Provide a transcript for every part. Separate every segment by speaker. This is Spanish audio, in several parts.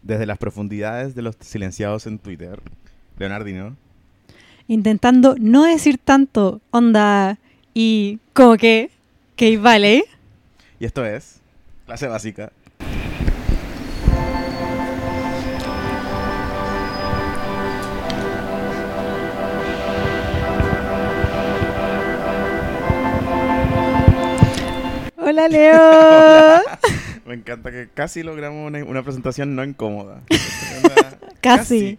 Speaker 1: Desde las profundidades de los silenciados en Twitter, Leonardino.
Speaker 2: Intentando no decir tanto onda y como que, que vale.
Speaker 1: Y esto es clase básica.
Speaker 2: Hola Leo.
Speaker 1: Hola. Me encanta que casi logramos una, una presentación no incómoda.
Speaker 2: Casi.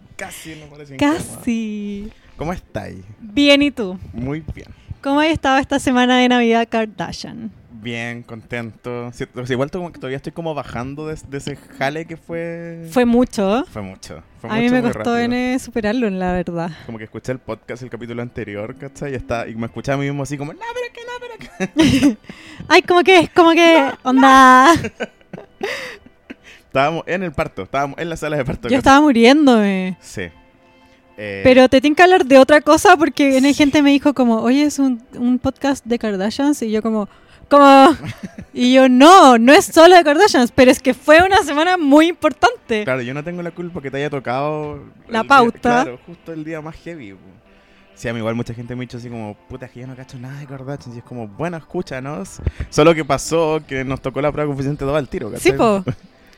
Speaker 1: Casi, casi no parece incómoda.
Speaker 2: Casi.
Speaker 1: ¿Cómo estáis?
Speaker 2: Bien, ¿y tú?
Speaker 1: Muy bien.
Speaker 2: ¿Cómo has estado esta semana de Navidad Kardashian?
Speaker 1: Bien, contento. Sí, o sea, igual to- como que todavía estoy como bajando de, de ese jale que fue...
Speaker 2: Fue mucho.
Speaker 1: Fue mucho. Mm. Fue
Speaker 2: A mí
Speaker 1: mucho,
Speaker 2: me
Speaker 1: muy
Speaker 2: costó
Speaker 1: rápido.
Speaker 2: en superarlo, en la verdad.
Speaker 1: Como que escuché el podcast, el capítulo anterior, ¿cachai? Y, está, y me escuchaba a mí mismo así como, no, pero es que no, pero es que...
Speaker 2: Ay, como que es, como que, onda.
Speaker 1: Estábamos en el parto, estábamos en la sala de parto.
Speaker 2: Yo
Speaker 1: ¿cachai?
Speaker 2: estaba muriéndome.
Speaker 1: Sí. Eh,
Speaker 2: Pero te tengo que hablar de otra cosa porque viene gente me dijo como, oye, es un, un podcast de Kardashians y yo como, como, y yo no, no es solo de Kardashians, pero es que fue una semana muy importante.
Speaker 1: Claro, yo no tengo la culpa que te haya tocado...
Speaker 2: La
Speaker 1: el día-
Speaker 2: pauta.
Speaker 1: claro, justo el día más heavy. po. Sí, a mí igual mucha gente me ha dicho así como, puta, es que yo no cacho nada de Kardashian. Y es como, bueno, escúchanos. Solo que pasó que nos tocó la prueba suficiente 2 al tiro, ¿cachai?
Speaker 2: Sí, po.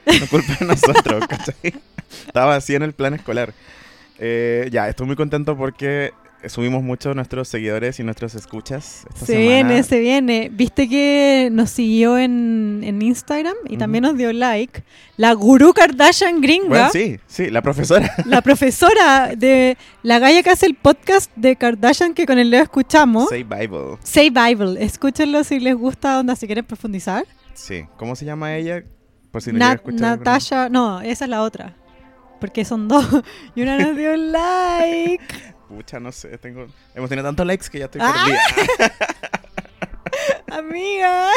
Speaker 1: No culpa de nosotros, ¿cachai? Estaba así en el plan escolar. Eh, ya, estoy muy contento porque subimos mucho nuestros seguidores y nuestros escuchas. Esta
Speaker 2: Se
Speaker 1: semana.
Speaker 2: viene, se viene. Viste que nos siguió en, en Instagram y también nos dio like. La gurú Kardashian gringa,
Speaker 1: Bueno, sí, sí, la profesora.
Speaker 2: la profesora de la galla que hace el podcast de Kardashian que con el Leo escuchamos.
Speaker 1: Say Bible.
Speaker 2: Say Bible, escúchenlo si les gusta, onda, si quieren profundizar.
Speaker 1: Sí. ¿Cómo se llama ella? Por si no
Speaker 2: Na-
Speaker 1: quiere escuchar. alguna-
Speaker 2: Natasha, no, esa es la otra. Porque son dos. Y una nos dio like.
Speaker 1: Pucha, no sé. Tengo... Hemos tenido tantos likes que ya estoy
Speaker 2: Ah.
Speaker 1: perdida.
Speaker 2: Amiga.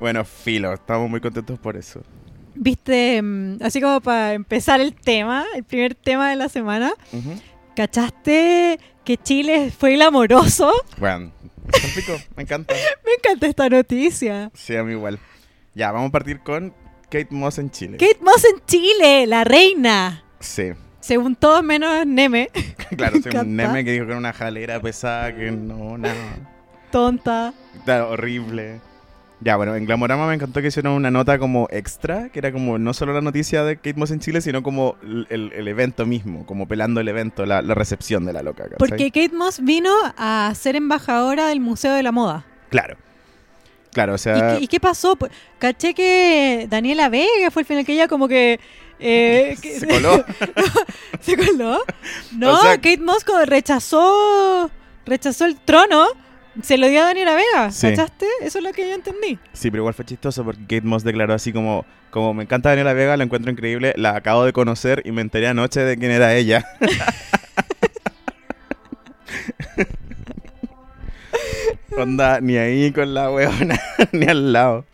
Speaker 1: Bueno, filo. Estamos muy contentos por eso.
Speaker 2: Viste, mm, así como para empezar el tema, el primer tema de la semana.
Speaker 1: Ujú.
Speaker 2: ¿Cachaste que Chile fue el amoroso?
Speaker 1: Bueno, está rico, Me encanta.
Speaker 2: Me encanta esta noticia.
Speaker 1: Sí, a mí igual. Ya, vamos a partir con Kate Moss en Chile.
Speaker 2: Kate Moss en Chile, la reina.
Speaker 1: Sí.
Speaker 2: Según todos menos Neme.
Speaker 1: Claro,
Speaker 2: Me
Speaker 1: soy un
Speaker 2: encanta.
Speaker 1: meme que dijo que era una jalera pesada, que no, nada.
Speaker 2: Tonta.
Speaker 1: Claro, horrible. Ya, bueno, en Glamorama me encantó que hicieron una nota como extra, que era como no solo la noticia de Kate Moss en Chile, sino como el, el- el evento mismo, como pelando el evento, la, la recepción de la loca. ¿cachai?
Speaker 2: Porque Kate Moss vino a ser embajadora del Museo de la Moda.
Speaker 1: Claro. Claro, o
Speaker 2: ¿Y
Speaker 1: sea...
Speaker 2: qué, y qué pasó? Pu- Caché que Daniela Vega fue el final que ella como que... eh, que-
Speaker 1: Se coló.
Speaker 2: ¿Se coló? No,
Speaker 1: O sea-
Speaker 2: Kate Moss como rechazó, rechazó el trono. Se lo dio a Daniela Vega,
Speaker 1: Sí.
Speaker 2: ¿cachaste? Eso es lo que yo entendí.
Speaker 1: Sí, pero igual fue chistoso porque Kate Moss declaró así como, como me encanta Daniela Vega, la encuentro increíble, la acabo de conocer y me enteré anoche de quién era ella. Onda, ni ahí con la huevona, ni al lado.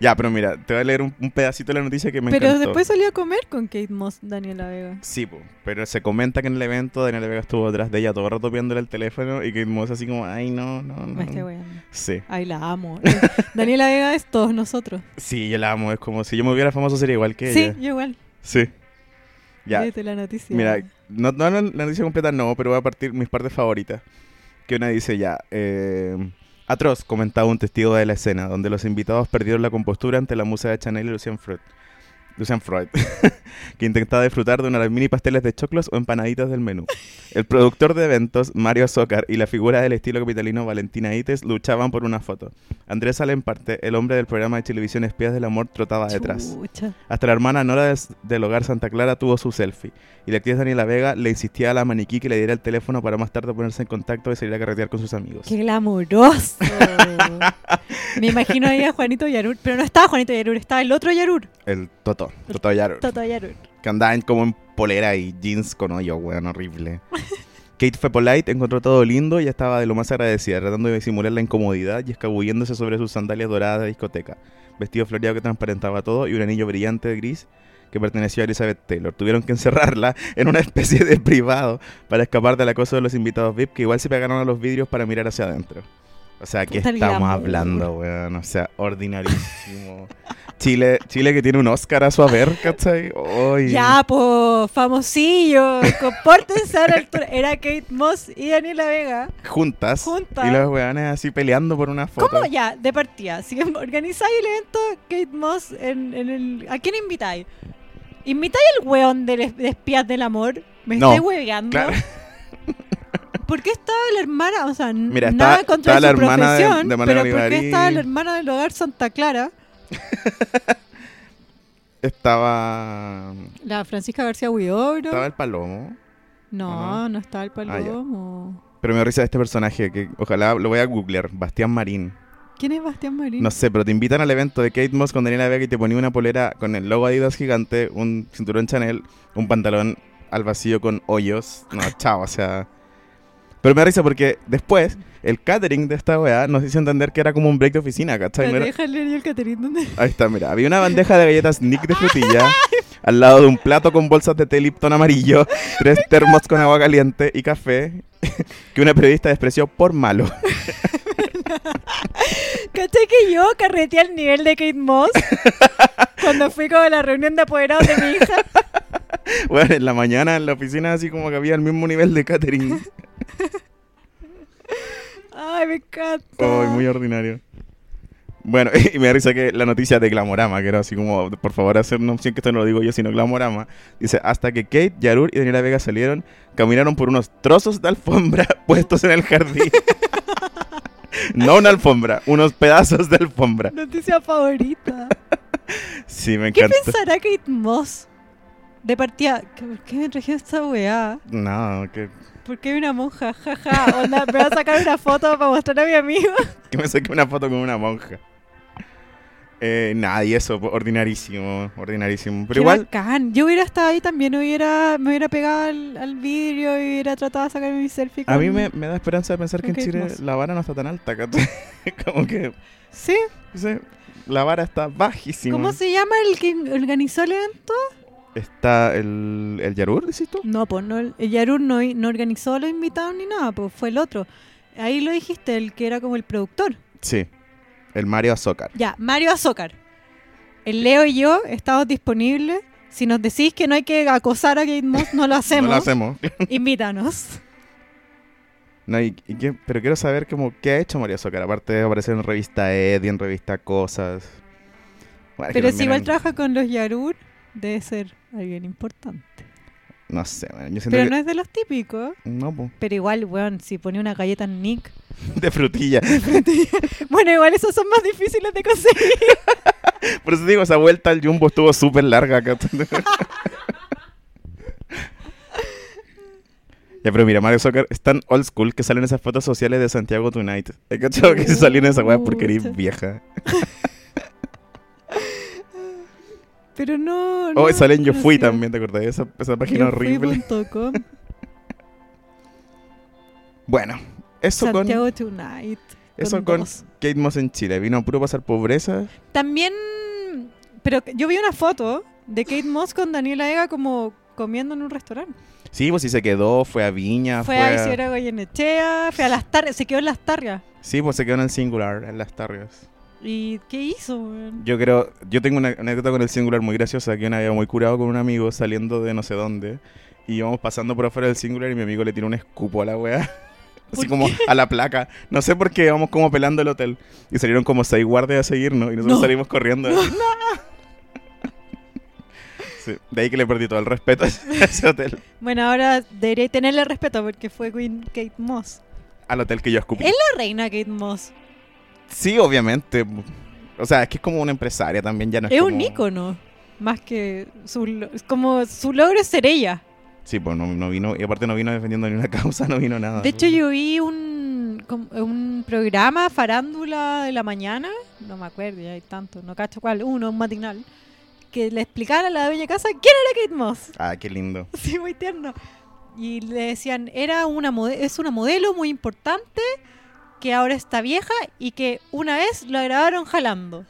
Speaker 1: Ya, pero mira, te voy a leer un, un pedacito de la noticia que me
Speaker 2: Pero
Speaker 1: encantó.
Speaker 2: después salió a comer con Kate Moss, Daniela Vega.
Speaker 1: Sí, po, pero se comenta que en el evento Daniela Vega estuvo detrás de ella todo el rato viéndole el teléfono y Kate Moss así como, ay, no, no,
Speaker 2: Me estoy
Speaker 1: no.
Speaker 2: weando.
Speaker 1: Sí.
Speaker 2: Ay, la amo. Eh, Daniela Vega es todos nosotros.
Speaker 1: Sí, yo la amo, es como si yo me hubiera famoso sería igual que
Speaker 2: Sí,
Speaker 1: ella.
Speaker 2: yo igual.
Speaker 1: Sí. Ya.
Speaker 2: Léete la noticia.
Speaker 1: Mira, no, no la la noticia completa no, pero voy a partir mis partes favoritas. Que una dice ya. eh, Atroz, comentaba un testigo de la escena, donde los invitados perdieron la compostura ante la musa de Chanel y Lucian Freud. Lucian Freud, que intentaba disfrutar de unas mini pasteles de choclos o empanaditas del menú. El productor de eventos, Mario Zócar, y la figura del estilo capitalino Valentina Ites luchaban por una foto. Andrés Alemparte, el hombre del programa de televisión Espías del Amor, trotaba detrás.
Speaker 2: Chucha.
Speaker 1: Hasta la hermana Nora des- del hogar Santa Clara tuvo su selfie. Y la actriz Daniela Vega le insistía a la maniquí que le diera el teléfono para más tarde ponerse en contacto y salir a carretear con sus amigos.
Speaker 2: ¡Qué glamoroso! Me imagino ahí a Juanito Yarur, pero no estaba Juanito Yarur, estaba el otro Yarur,
Speaker 1: El Toto, Toto Yaro.
Speaker 2: Toto Yarur.
Speaker 1: Que andaba en- como en polera y jeans con hoyo, weón, horrible. Kate fue polite, encontró todo lindo y ya estaba de lo más agradecida, tratando de disimular la incomodidad y escabulléndose sobre sus sandalias doradas de discoteca. Vestido floreado que transparentaba todo y un anillo brillante de gris que perteneció a Elizabeth Taylor. Tuvieron que encerrarla en una especie de privado para escapar del acoso de los invitados VIP que igual se pegaron a los vidrios para mirar hacia adentro. O sea, ¿qué
Speaker 2: Puta, el
Speaker 1: estamos
Speaker 2: glamour.
Speaker 1: hablando, weón? O sea, ordinarísimo. Chile, Chile que tiene un Oscar a su haber, ¿cachai? Ay.
Speaker 2: Ya, pues, famosillo, compórtense a la altura. Era Kate Moss y Daniela Vega.
Speaker 1: Juntas.
Speaker 2: Juntas.
Speaker 1: Y los weones así peleando por una foto.
Speaker 2: ¿Cómo ya? De partida. Si organizáis el evento, Kate Moss, en, en el... ¿a quién invitáis? ¿Invitáis al weón del es- de Espías del Amor? ¿Me
Speaker 1: No,
Speaker 2: estáis hueveando?
Speaker 1: Claro.
Speaker 2: ¿Por qué estaba la hermana? O sea, n-
Speaker 1: Mira, está-
Speaker 2: nada contra
Speaker 1: está la
Speaker 2: su
Speaker 1: hermana de-
Speaker 2: profesión,
Speaker 1: de Manuel
Speaker 2: pero ¿por qué
Speaker 1: Olivarí.
Speaker 2: estaba la hermana del hogar Santa Clara?
Speaker 1: Estaba.
Speaker 2: La Francisca García Huidobro.
Speaker 1: Estaba el palomo.
Speaker 2: No,
Speaker 1: ¿o
Speaker 2: no, está el
Speaker 1: ya.
Speaker 2: palomo.
Speaker 1: Pero me dio risa este personaje que ojalá lo voy a googlear. Bastián Marín.
Speaker 2: ¿Quién es Bastián Marín?
Speaker 1: No sé, pero te invitan al evento de Kate Moss con Daniela Vega y te ponía una polera con el logo Adidas gigante, un cinturón Chanel, un pantalón al vacío con hoyos. No, chao, o sea. Pero me da risa porque después el catering de esta weá nos hizo entender que era como un break de oficina, ¿cachai? No era-
Speaker 2: Déjale leer yo el Caterín. ¿dónde?
Speaker 1: Ahí está, mira. Había una bandeja de galletas Nick de frutilla al lado de un plato con bolsas de té Lipton amarillo, tres termos con agua caliente y café que una periodista despreció por malo.
Speaker 2: ¿Cachai que yo carreteé al nivel de Kate Moss cuando fui como a la reunión de apoderados de mi hija?
Speaker 1: Bueno, en la mañana en la oficina así como que había el mismo nivel de catering.
Speaker 2: Ay, me encanta.
Speaker 1: Ay, muy ordinario. Bueno, y me da risa que la noticia de Glamorama, que era así como, por favor, hacer una opción que esto no lo digo yo, sino Glamorama. Dice, hasta que Kate, Yarur y Daniela Vega salieron, caminaron por unos trozos de alfombra puestos en el jardín. no una alfombra, unos pedazos de alfombra.
Speaker 2: Noticia favorita.
Speaker 1: Sí, me
Speaker 2: ¿Qué
Speaker 1: encanta.
Speaker 2: pensará Kate Moss? De partida, ¿qué- ¿por qué me traje esta weá?
Speaker 1: No, que,
Speaker 2: ¿Por qué hay una monja? Jaja, onda, me va a sacar una foto para mostrar a mi amigo.
Speaker 1: que me saqué una foto con una monja. Eh, nada, y eso, ordinarísimo, ordinarísimo. Pero
Speaker 2: Qué
Speaker 1: igual,
Speaker 2: bacán. Yo hubiera estado ahí también, hubiera, me hubiera pegado al, al vidrio y hubiera tratado de sacarme mi selfie.
Speaker 1: A mí
Speaker 2: con-
Speaker 1: me, me da esperanza de pensar que en
Speaker 2: con Kate
Speaker 1: Chile
Speaker 2: Moss.
Speaker 1: la vara no está tan alta, ¿cachai? Como que,
Speaker 2: Sí,
Speaker 1: no sé, la vara está bajísima.
Speaker 2: ¿cómo se llama el que organizó el evento?
Speaker 1: Está el, el Yarur, dices tú.
Speaker 2: No, pues no, el Yarur no, no organizó a los invitados ni nada, pues fue el otro. Ahí lo dijiste, el que era como el productor.
Speaker 1: Sí, el Mario Azócar.
Speaker 2: Ya, Mario Azócar. El Leo y yo estamos disponibles. Si nos decís que no hay que acosar a Kate Moss, no lo
Speaker 1: No
Speaker 2: hacemos.
Speaker 1: lo hacemos.
Speaker 2: Invítanos.
Speaker 1: No, y- y qué- pero quiero saber como, qué ha hecho Mario Azócar, aparte de aparecer en revista Ed y en revista Cosas. Bueno, es que
Speaker 2: Pero si
Speaker 1: también
Speaker 2: igual
Speaker 1: en-
Speaker 2: trabaja con los Yarur, debe ser alguien importante.
Speaker 1: No sé, bueno, yo siento
Speaker 2: Pero
Speaker 1: que...
Speaker 2: no es de los típicos.
Speaker 1: No, po.
Speaker 2: Pero igual, weón, si ponía una galleta en Nick.
Speaker 1: de frutilla.
Speaker 2: Bueno, igual esos son más difíciles de conseguir.
Speaker 1: Por eso digo, esa vuelta al Jumbo estuvo súper larga. ¿cachai? ya, pero mira, Mario Soccer es tan old school que salen esas fotos sociales de Santiago Tonight. He cachado que se salían esa weá porque eres
Speaker 2: Pucha.
Speaker 1: vieja.
Speaker 2: Pero no.
Speaker 1: Oh,
Speaker 2: no,
Speaker 1: salen Yo
Speaker 2: no
Speaker 1: Fui
Speaker 2: sé.
Speaker 1: también, ¿te acordás? Esa, esa página horrible.
Speaker 2: YoFui.com,
Speaker 1: Bueno, eso con
Speaker 2: Santiago Tonight.
Speaker 1: eso
Speaker 2: con
Speaker 1: con-
Speaker 2: dos.
Speaker 1: Kate Moss en Chile. Vino a puro pasar pobreza.
Speaker 2: También. Pero yo vi una foto de Kate Moss con Daniela Ega como comiendo en un restaurante.
Speaker 1: Sí, pues sí se quedó, fue a Viña,
Speaker 2: fue
Speaker 1: fue,
Speaker 2: a
Speaker 1: a...
Speaker 2: Isidora Goyenechea, fue a las tarrias, se quedó en las tarrias.
Speaker 1: Sí, pues se quedó en el singular, en las tardes.
Speaker 2: ¿Y qué hizo, weón?
Speaker 1: Yo creo, yo tengo una anécdota con el singular muy graciosa, que una vez muy curado con un amigo saliendo de no sé dónde y íbamos pasando por afuera del singular y mi amigo le tiró un escupo a la weá. Así
Speaker 2: ¿Por
Speaker 1: como a la placa. No sé por qué íbamos como pelando el hotel. Y salieron como seis guardias a seguirnos y nosotros
Speaker 2: No.
Speaker 1: salimos corriendo. Sí, de ahí que le perdí todo el respeto a ese hotel.
Speaker 2: Bueno, ahora debería tenerle respeto porque fue Queen Kate Moss.
Speaker 1: Al hotel que yo escupí.
Speaker 2: ¿Es La reina Kate Moss.
Speaker 1: Sí, obviamente. O sea, es que es como una empresaria también, ya no es,
Speaker 2: Es, un
Speaker 1: como-
Speaker 2: ícono. Más que su, lo- es como su logro es ser ella.
Speaker 1: Sí, pues no, no vino, y aparte no vino defendiendo ni una causa, no vino nada.
Speaker 2: De hecho, yo vi un, com- un programa farándula de la mañana, no me acuerdo, ya hay tanto, no cacho cuál, uno, un matinal, que le explicaban a la dueña de casa quién era Kate Moss.
Speaker 1: Ah, qué lindo.
Speaker 2: Sí, muy tierno. Y le decían, era una mode- es una modelo muy importante que ahora está vieja y que una vez la grabaron jalando.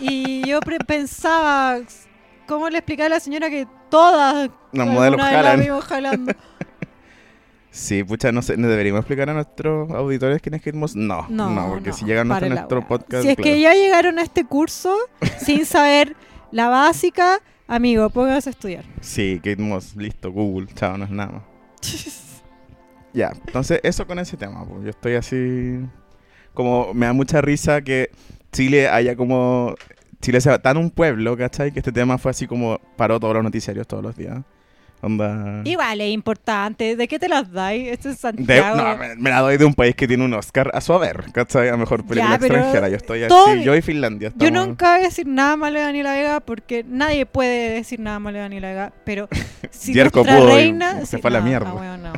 Speaker 2: y yo pre- pensaba, ¿cómo le explicaba a la señora que todas
Speaker 1: Las modelos
Speaker 2: alguna vez
Speaker 1: jalan.
Speaker 2: la vimos jalando?
Speaker 1: Sí, pucha, no sé, ¿nos deberíamos explicar a nuestros auditores quién es Kate Moss? No, no, porque si llegan hasta
Speaker 2: para la
Speaker 1: nuestro
Speaker 2: wea.
Speaker 1: podcast...
Speaker 2: Si es
Speaker 1: claro.
Speaker 2: que ya llegaron a este curso sin saber la básica, amigo, póngase a estudiar.
Speaker 1: Sí, Kate Moss, listo, Google, chao, no es nada más. Ya, entonces eso con ese tema. pues, Yo estoy así. Como me da mucha risa que Chile haya como. Chile sea tan un pueblo, ¿cachai? Que este tema fue así como paró todos los noticiarios todos los días. Onda.
Speaker 2: Igual es importante. ¿De qué te las dais? Esto es
Speaker 1: De-
Speaker 2: Santiago.
Speaker 1: no, me, me la doy de un país que tiene un Oscar a su haber, ¿cachai? A mejor película
Speaker 2: pero
Speaker 1: extranjera. Yo estoy
Speaker 2: todo-
Speaker 1: así, yo y Finlandia.
Speaker 2: Yo
Speaker 1: Estamos...
Speaker 2: nunca voy a decir nada malo de Daniela Vega porque nadie puede decir nada malo de Daniela Vega, pero si
Speaker 1: Yerko
Speaker 2: nuestra
Speaker 1: pudo y
Speaker 2: reina...
Speaker 1: se
Speaker 2: si-
Speaker 1: fue a la
Speaker 2: no,
Speaker 1: mierda.
Speaker 2: ah, weón, no.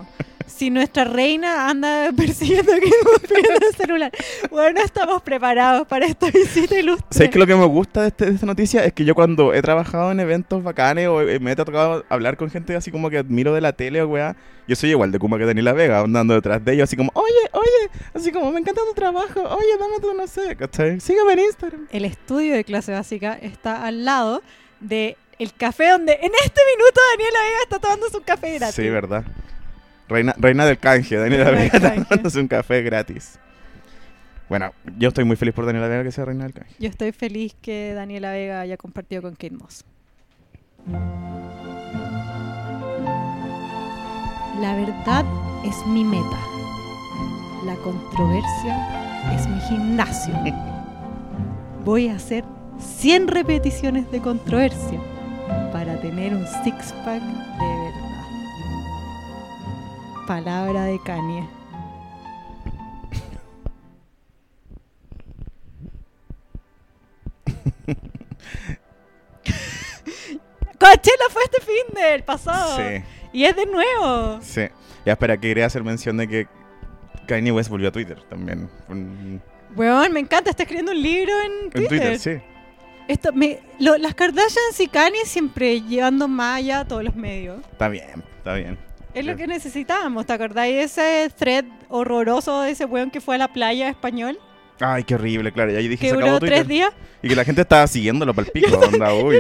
Speaker 2: Si nuestra reina anda persiguiendo que estamos pidiendo el celular, bueno, estamos preparados para esta visita ilustre.
Speaker 1: ¿Sabes que lo que me gusta de, este- de esta noticia es que yo cuando he trabajado en eventos bacanes o eh, me he tocado hablar con gente así como que admiro de la tele o weá, yo soy igual de Kuma que Daniela Vega, andando detrás de ellos así como, oye, oye, así como, me encanta tu trabajo, oye, dame tu no sé, ¿cachai? Sígueme en Instagram.
Speaker 2: El estudio de clase básica está al lado de el café donde en este minuto Daniela Vega está tomando su café gratis.
Speaker 1: Sí, verdad. Reina, reina del canje, Daniela
Speaker 2: Reina del
Speaker 1: Vega
Speaker 2: canje.
Speaker 1: tomándose un café gratis. Bueno, yo estoy muy feliz por Daniela Vega que sea reina del canje.
Speaker 2: Yo estoy feliz que Daniela Vega haya compartido con Kate Moss. La verdad es mi meta. La controversia es mi gimnasio. Voy a hacer 100 repeticiones de controversia para tener un six-pack de verdad. Palabra de Kanye. Coachella fue este fin del pasado.
Speaker 1: Sí,
Speaker 2: Y es de nuevo.
Speaker 1: sí. Ya, espera, que quería hacer mención de que Kanye West volvió a Twitter también. Un-
Speaker 2: Weón, me encanta, está escribiendo un libro en
Speaker 1: En
Speaker 2: Twitter.
Speaker 1: Twitter, sí.
Speaker 2: Esto, me- lo- las Kardashians y Kanye siempre llevando más allá a todos los medios.
Speaker 1: Está bien, está bien.
Speaker 2: Es lo
Speaker 1: Claro.
Speaker 2: que necesitábamos, ¿te acordáis de ese thread horroroso de ese weón que fue a la playa español?
Speaker 1: Ay, qué horrible, claro. Ya yo dije,
Speaker 2: Que
Speaker 1: se
Speaker 2: duró
Speaker 1: acabó
Speaker 2: tres
Speaker 1: Twitter.
Speaker 2: días.
Speaker 1: Y que la gente estaba siguiéndolo para el pico. onda, uy.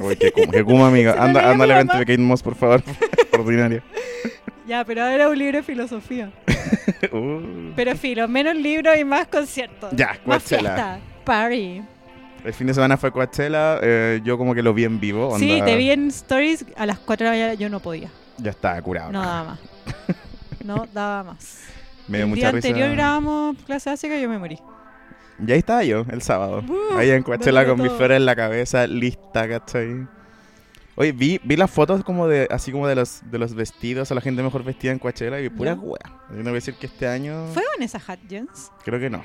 Speaker 1: uy, qué cum- qué kuma,
Speaker 2: Se
Speaker 1: amiga.
Speaker 2: lo
Speaker 1: Anda,
Speaker 2: leí a
Speaker 1: anda al
Speaker 2: mi
Speaker 1: evento
Speaker 2: mamá.
Speaker 1: de Kate Moss, por favor. Ordinario.
Speaker 2: Ya, pero ahora era un libro de filosofía.
Speaker 1: Uh.
Speaker 2: Pero filo, menos libro y más conciertos.
Speaker 1: Ya,
Speaker 2: más
Speaker 1: Coachella.
Speaker 2: fiesta. Party.
Speaker 1: El fin de semana fue Coachella. eh, yo como que lo vi en vivo. onda.
Speaker 2: Sí, te vi en stories a las 4 de la mañana, yo no podía.
Speaker 1: Ya estaba curado.
Speaker 2: No daba más. No daba más.
Speaker 1: Me dio
Speaker 2: el
Speaker 1: mucha
Speaker 2: día
Speaker 1: risa.
Speaker 2: anterior grabamos clase básica y yo me morí.
Speaker 1: Y ahí estaba yo, el sábado.
Speaker 2: Uh,
Speaker 1: ahí en Coachella
Speaker 2: dándolo
Speaker 1: con mis
Speaker 2: todo.
Speaker 1: flores en la cabeza, lista, ¿cachai? Oye, vi, vi las fotos como de, así como de los, de los vestidos, a la gente mejor vestida en Coachella y pura
Speaker 2: Ya.
Speaker 1: wea. Yo no voy a decir que este año...
Speaker 2: ¿Fue Vanessa Hudgens?
Speaker 1: Creo que no.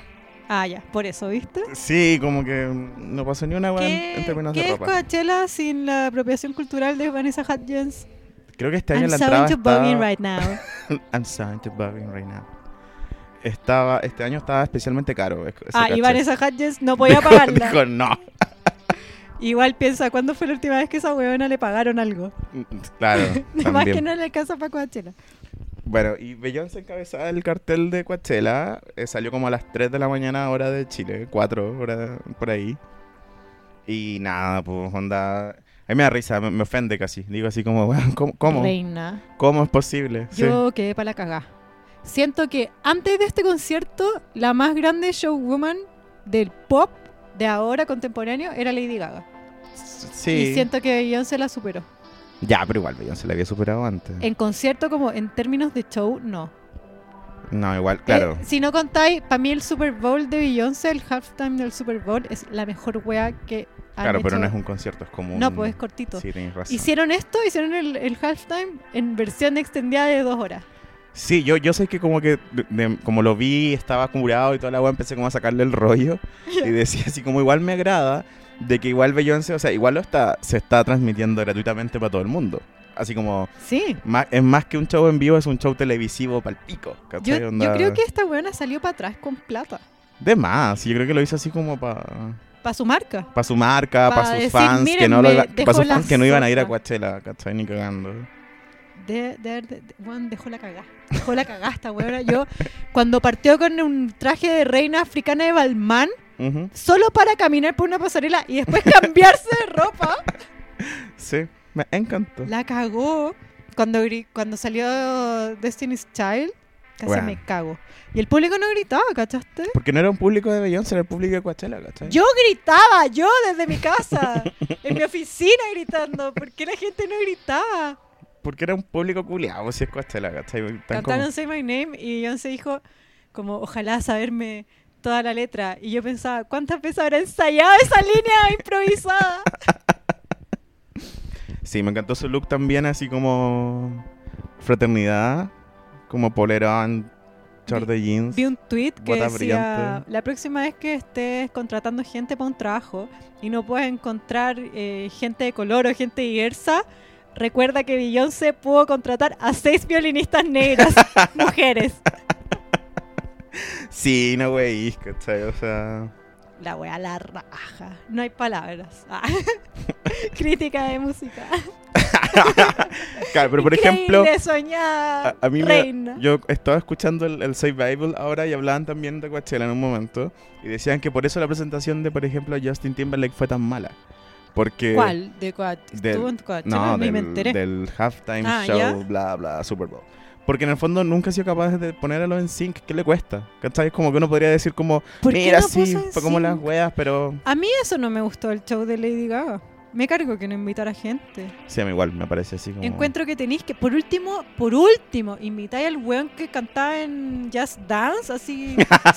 Speaker 2: Ah, ya, por eso, ¿viste?
Speaker 1: Sí, como que no pasó ni una wea en, en
Speaker 2: ¿Qué,
Speaker 1: términos
Speaker 2: qué
Speaker 1: de
Speaker 2: es
Speaker 1: ropa.
Speaker 2: Coachella sin la apropiación cultural de Vanessa Hudgens?
Speaker 1: Creo que este año
Speaker 2: I'm
Speaker 1: la
Speaker 2: so
Speaker 1: entrada
Speaker 2: into
Speaker 1: estaba...
Speaker 2: bugging right now.
Speaker 1: I'm so into bugging right now. Estaba, este año estaba especialmente caro. es- ese
Speaker 2: ah, y
Speaker 1: caché.
Speaker 2: Vanessa Hudgens no podía
Speaker 1: Dijo-
Speaker 2: pagarla.
Speaker 1: dijo, no.
Speaker 2: Igual piensa, ¿cuándo fue la última vez que esa huevona le pagaron algo?
Speaker 1: Claro,
Speaker 2: Además
Speaker 1: también.
Speaker 2: que no le alcanza para Coachella.
Speaker 1: Bueno, y Beyoncé encabezada el cartel de Coachella. eh, salió como a las 3 de la mañana, hora de Chile, 4 horas por ahí. Y nada, pues onda. A mí me da risa, me, me ofende casi. Digo así como, "Weón, ¿cómo, cómo,
Speaker 2: Reina.
Speaker 1: ¿Cómo es posible? Sí.
Speaker 2: Yo quedé para la cagá. Siento que antes de este concierto, la más grande showwoman del pop de ahora contemporáneo era Lady Gaga. Y
Speaker 1: Sí.
Speaker 2: siento que Beyoncé la superó.
Speaker 1: Ya, pero igual Beyoncé la había superado antes.
Speaker 2: En concierto, como en términos de show, no.
Speaker 1: No, igual, claro.
Speaker 2: Eh, si no contáis, para mí el Super Bowl de Beyoncé, el halftime del Super Bowl, es la mejor wea que han
Speaker 1: claro, pero
Speaker 2: hecho.
Speaker 1: no es un concierto, es como un...
Speaker 2: No, pues es cortito.
Speaker 1: Sí, tenés razón.
Speaker 2: Hicieron esto, hicieron el, el halftime en versión extendida de dos horas.
Speaker 1: Sí, yo, yo sé que como que de- de- como lo vi, estaba curado y toda la weá, empecé como a sacarle el rollo. Y decía así como igual me agrada de que igual Beyoncé, o sea, igual lo está, se está transmitiendo gratuitamente para todo el mundo. Así como
Speaker 2: Sí.
Speaker 1: ma- es más que un show en vivo, es un show televisivo para el pico.
Speaker 2: Yo,
Speaker 1: ¿cachai?
Speaker 2: yo
Speaker 1: Onda-
Speaker 2: creo que esta weona salió para atrás con plata.
Speaker 1: De más, yo creo que lo hizo así como para
Speaker 2: Para su marca.
Speaker 1: pa su marca,
Speaker 2: Pa'
Speaker 1: para sus
Speaker 2: decir,
Speaker 1: fans, que
Speaker 2: "Miren,
Speaker 1: no, lo
Speaker 2: me
Speaker 1: iba- que pa'
Speaker 2: dejó
Speaker 1: sus
Speaker 2: la
Speaker 1: fans que no iban a ir a
Speaker 2: zorra".
Speaker 1: Coachella, ¿cachai? Ni cagando.
Speaker 2: De, de, de- de- weón, dejó la cagá. Dejó la cagá esta weona. Yo, cuando partió con un traje de reina africana de Balmán,
Speaker 1: Ujú,
Speaker 2: solo para caminar por una pasarela y después cambiarse de ropa,
Speaker 1: Sí, me encantó.
Speaker 2: la cagó. cuando, gri- cuando salió Destiny's Child, casi
Speaker 1: Bueno.
Speaker 2: me cago. Y el público no gritaba, ¿cachaste?
Speaker 1: Porque no era un público de Beyoncé, era el público de Coachella, ¿cachai?
Speaker 2: Yo gritaba, yo desde mi casa, en mi oficina gritando. ¿Por qué la gente no gritaba?
Speaker 1: Porque era un público culiado, si es Coachella, ¿cachai? Tan como-
Speaker 2: Cantaron Say My Name y Beyoncé dijo como ojalá saberme toda la letra. Y yo pensaba, ¿cuántas veces habrá ensayado esa línea improvisada?
Speaker 1: Sí, me encantó su look también, así como fraternidad, como polerón, short de jeans.
Speaker 2: Vi un tweet que
Speaker 1: Bota
Speaker 2: decía,
Speaker 1: brillante.
Speaker 2: la próxima vez que estés contratando gente para un trabajo y no puedes encontrar eh, gente de color o gente diversa, recuerda que Beyoncé pudo contratar a seis violinistas negras, mujeres.
Speaker 1: Sí, no güey, ¿cachai? O sea,
Speaker 2: La wea la raja. No hay palabras. Ah. Crítica de música.
Speaker 1: claro, pero por
Speaker 2: Increíble,
Speaker 1: ejemplo,
Speaker 2: soñada,
Speaker 1: a- a mí me-
Speaker 2: reina.
Speaker 1: yo estaba escuchando el, el Survival ahora y hablaban también de Coachella en un momento y decían que por eso la presentación de, por ejemplo, Justin Timberlake fue tan mala. Porque
Speaker 2: ¿Cuál? ¿De Coachella?
Speaker 1: eh, del-
Speaker 2: ¿Estuvo en Coachella?
Speaker 1: No,
Speaker 2: Ni me
Speaker 1: del,
Speaker 2: enteré.
Speaker 1: del halftime
Speaker 2: Ah,
Speaker 1: show,
Speaker 2: ¿ya?
Speaker 1: bla, bla, Super Bowl. Porque en el fondo nunca ha sido capaz de poner a los en sync. ¿Qué le cuesta? ¿Cachai? Es como que uno podría decir como,
Speaker 2: ¿Por qué
Speaker 1: mira,
Speaker 2: no
Speaker 1: sí,
Speaker 2: puso en
Speaker 1: fue como las
Speaker 2: sync?
Speaker 1: weas, pero...
Speaker 2: A mí eso no me gustó el show de Lady Gaga. Me cargo que no invitara gente.
Speaker 1: Sí, a mí igual me parece así como...
Speaker 2: Encuentro que tenéis que, por último, por último, invitáis al weón que cantaba en Just Dance, así,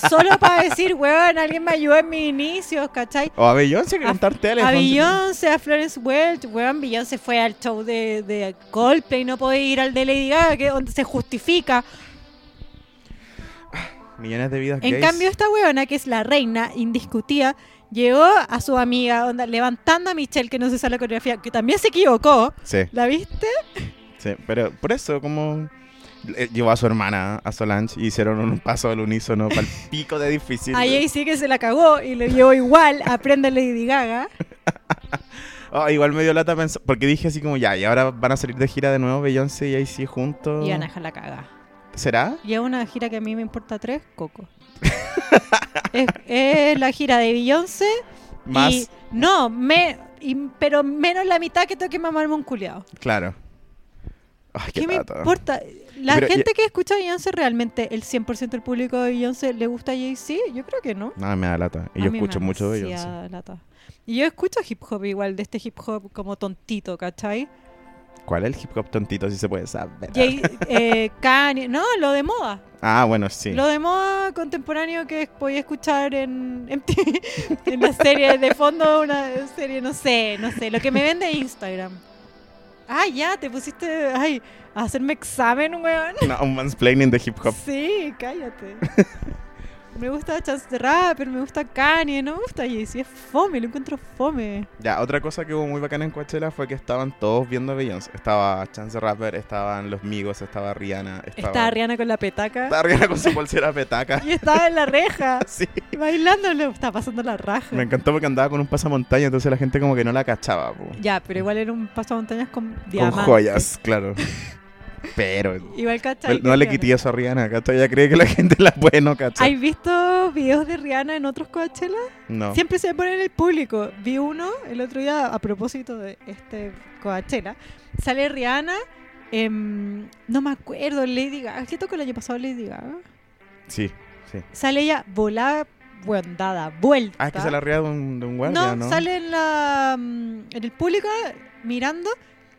Speaker 2: solo para decir, weón, alguien me ayudó en mis inicios, ¿cachai?
Speaker 1: O a Beyoncé que
Speaker 2: A-
Speaker 1: cantar
Speaker 2: A
Speaker 1: Telephone.
Speaker 2: Beyoncé, a Florence Welch, weón, Beyoncé fue al show de, de Coldplay, no puede ir al de Lady Gaga, que donde se justifica.
Speaker 1: Millones de vidas
Speaker 2: En
Speaker 1: gays.
Speaker 2: cambio, esta weona, que es la reina indiscutida, llegó a su amiga, onda, levantando a Michelle, que no se sabe la coreografía, que también se equivocó.
Speaker 1: Sí,
Speaker 2: ¿La viste?
Speaker 1: sí. Pero por eso, como... eh, Llevó a su hermana, a Solange, y hicieron un paso al unísono para el pico de difícil.
Speaker 2: A Jay sí que se la cagó y le llevó igual, aprende Lady Gaga.
Speaker 1: Ah, igual me dio lata pensar, porque dije así como, ya, y ahora van a salir de gira de nuevo Beyoncé y AC juntos.
Speaker 2: Y van a dejar la cagada.
Speaker 1: ¿Será?
Speaker 2: Y es una gira que a mí me importa tres, Coco. es, es la gira de Beyoncé
Speaker 1: Más,
Speaker 2: y... No, me, y- pero menos la mitad que tengo que mamarme un culiao.
Speaker 1: claro. Ay, qué,
Speaker 2: ¿Qué me
Speaker 1: lata.
Speaker 2: importa? La
Speaker 1: Pero, y- eh,
Speaker 2: gente que escucha a Beyoncé realmente, el 100% del público de Beyoncé le gusta a Jay-Z, yo creo que no.
Speaker 1: No, me da lata. Y
Speaker 2: A
Speaker 1: yo
Speaker 2: mí me
Speaker 1: escucho
Speaker 2: da
Speaker 1: mucho de Beyoncé.
Speaker 2: demasiada lata. Y yo escucho hip hop igual, de este hip hop como tontito, ¿cachai?
Speaker 1: ¿Cuál es el hip hop tontito, si se puede saber?
Speaker 2: Jay, eh, Kanye, no, lo de moda.
Speaker 1: Ah, bueno, sí.
Speaker 2: Lo de moda contemporáneo que podía escuchar en MTV, en la serie de fondo, una serie, no sé, no sé, lo que me vende Instagram. Ah, ya, te pusiste, ay, a hacerme examen, weón.
Speaker 1: No, un mansplaining de hip hop.
Speaker 2: Sí, cállate. Me gusta Chance the Rapper, me gusta Kanye, no me gusta Jay-Z, es fome, lo encuentro fome.
Speaker 1: Ya, otra cosa que hubo muy bacana en Coachella fue que estaban todos viendo a Beyoncé. Estaba Chance the Rapper, estaban los Migos, estaba Rihanna. Estaba,
Speaker 2: Estaba Rihanna con la petaca
Speaker 1: Estaba Rihanna con su bolsera petaca.
Speaker 2: y estaba en la reja,
Speaker 1: Sí.
Speaker 2: bailándolo, estaba pasando la raja.
Speaker 1: Me encantó porque andaba con un pasamontaña, entonces la gente como que no la cachaba. po.
Speaker 2: Ya, pero igual era un pasamontañas con
Speaker 1: Con
Speaker 2: diamantes.
Speaker 1: joyas, claro. Pero...
Speaker 2: Igual cachai.
Speaker 1: No, no le
Speaker 2: que
Speaker 1: quité eso a Rihanna, ¿cachai? Ella cree que la gente la puede no cachar.
Speaker 2: ¿Has visto videos de Rihanna en otros Coachella?
Speaker 1: no.
Speaker 2: Siempre se ponen en el público. Vi uno el otro día a propósito de este Coachella. Sale Rihanna, em, no me acuerdo, Lady Gaga. ¿Qué tocó el año pasado Lady Gaga?
Speaker 1: Sí, sí.
Speaker 2: Sale ella volada, buendada, vuelta.
Speaker 1: Ah, es que se la ría de un, de un guardia, ¿no?
Speaker 2: No, sale en, la, mm, en el público mirando,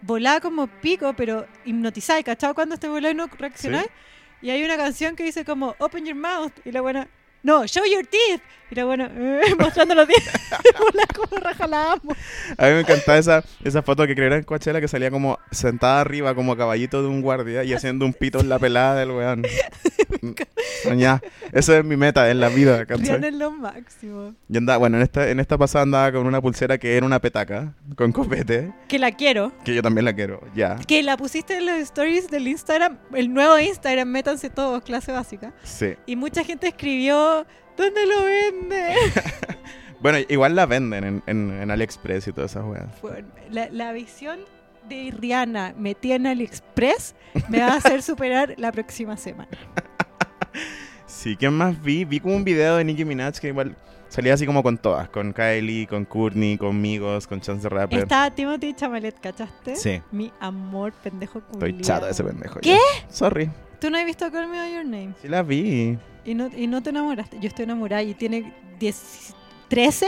Speaker 2: volada como pico, pero hipnotizada. ¿Cachado cuando este volado y no reaccionáis? Y hay una canción que dice como Open your mouth. Y la buena, no, show your teeth. Y la buena, eh, mostrando los dientes. volada como raja la amo.
Speaker 1: A mí me encantaba esa, esa foto que crearon en Coachella que salía como sentada arriba, como a caballito de un guardia y haciendo un pito en la pelada del weón. Mm, Ya, eso es mi meta en la vida,
Speaker 2: Rihanna
Speaker 1: ¿cachai?
Speaker 2: es lo máximo.
Speaker 1: Yo andaba, bueno, en esta, en esta pasada andaba con una pulsera que era una petaca, con copete,
Speaker 2: Que la quiero.
Speaker 1: que yo también la quiero, ya.
Speaker 2: Que la pusiste en los stories del Instagram, el nuevo Instagram, métanse todos, clase básica.
Speaker 1: Sí.
Speaker 2: Y mucha gente escribió, ¿dónde lo vende?
Speaker 1: Bueno, igual la venden en, en, en AliExpress y todas esas weas.
Speaker 2: Fue- La, la visión de Rihanna metida en AliExpress me va a hacer superar la próxima semana.
Speaker 1: Sí, ¿quién más vi? Vi como un video de Nicki Minaj que igual salía así como con todas, con Kylie, con Courtney, con Migos, con Chance the Rapper.
Speaker 2: Está Timothy Chamalet, ¿cachaste?
Speaker 1: Sí.
Speaker 2: Mi amor, pendejo culiao.
Speaker 1: Estoy chato de ese pendejo.
Speaker 2: ¿Qué?
Speaker 1: ya. Sorry.
Speaker 2: Tú no has visto Call Me By Your Name
Speaker 1: Sí la vi.
Speaker 2: y no, y no te enamoraste. Yo estoy enamorada y tiene 10, 13.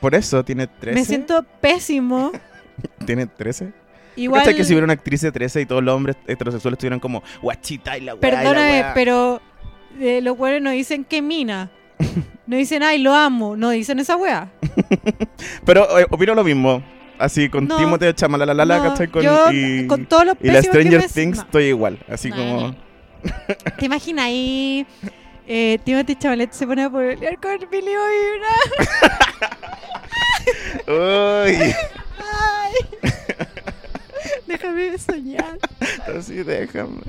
Speaker 1: Por eso tiene 13.
Speaker 2: Me siento pésimo.
Speaker 1: Tiene 13.
Speaker 2: Igual,
Speaker 1: ¿Cachai que si hubiera una actriz de 13 y todos los hombres heterosexuales estuvieran como guachita y la weá y la
Speaker 2: perdóname,
Speaker 1: weá"?
Speaker 2: pero eh, los güeyes no dicen que mina. No dicen, ay, lo amo. No dicen esa wea.
Speaker 1: Pero eh, opino lo mismo. Así con
Speaker 2: No.
Speaker 1: Timothée Chamalalalala,
Speaker 2: No,
Speaker 1: ¿cachai? Con,
Speaker 2: yo,
Speaker 1: y,
Speaker 2: con todos los
Speaker 1: y la
Speaker 2: pésimos que
Speaker 1: Stranger
Speaker 2: me-
Speaker 1: Things
Speaker 2: no.
Speaker 1: estoy igual. Así
Speaker 2: No,
Speaker 1: como.
Speaker 2: no. ¿Te imaginas ahí? Eh, Timothy Chavalet se pone a pelear con Billy Boy
Speaker 1: Uy,
Speaker 2: Ay. Déjame soñar.
Speaker 1: así déjame.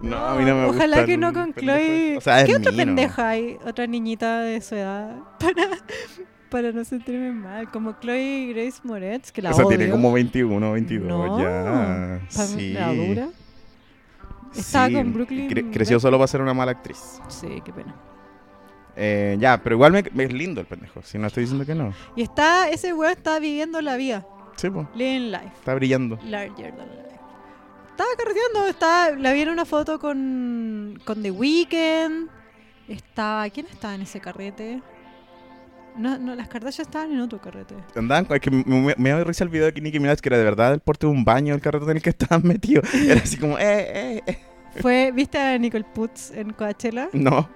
Speaker 1: No, a mí no me gusta.
Speaker 2: Ojalá que no con Chloe.
Speaker 1: O sea, es
Speaker 2: ¿Qué otra
Speaker 1: mino.
Speaker 2: pendeja hay? Otra niñita de su edad. Para, para no sentirme mal. Como Chloe Grace Moretz, que la
Speaker 1: o sea,
Speaker 2: odio.
Speaker 1: tiene como 21, 22,
Speaker 2: No,
Speaker 1: ya.
Speaker 2: pa-
Speaker 1: Sí.
Speaker 2: La dura. Estaba
Speaker 1: Sí,
Speaker 2: con Brooklyn
Speaker 1: cre- creció
Speaker 2: Beth-
Speaker 1: solo para ser una mala actriz.
Speaker 2: Sí, qué pena.
Speaker 1: Eh, ya, pero igual me, me es lindo el pendejo. Si no estoy diciendo que no.
Speaker 2: Y está, ese weón está viviendo la vida.
Speaker 1: Sí, po,
Speaker 2: Living life.
Speaker 1: Está brillando.
Speaker 2: Larger than life. Estaba carreteando, estaba, la vi en una foto con, con The Weeknd. Estaba, ¿quién estaba en ese carrete? No, no, las Kardashian estaban en otro carrete.
Speaker 1: Andaban, con- es que me, me, me da risa el video de Nicki Minaj que era de verdad el porte de un baño, el carrete en el que estaban metidos. Era así como, eh, eh, eh.
Speaker 2: Fue, ¿viste a Nicole Putz en Coachella?
Speaker 1: No,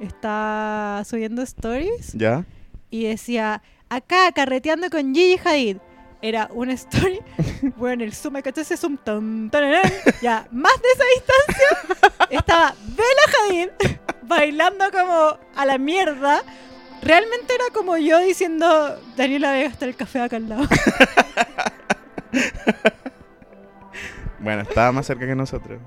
Speaker 2: Está subiendo stories
Speaker 1: ya.
Speaker 2: y decía, acá carreteando con Gigi Hadid. Era una story, bueno, el zoom, ¿cachai? Ese zoom, tan, tararán. ya, más de esa distancia estaba Bella Hadid bailando como a la mierda. Realmente era como yo diciendo, Daniela Vega está el café acá al lado.
Speaker 1: Bueno, estaba más cerca que nosotros.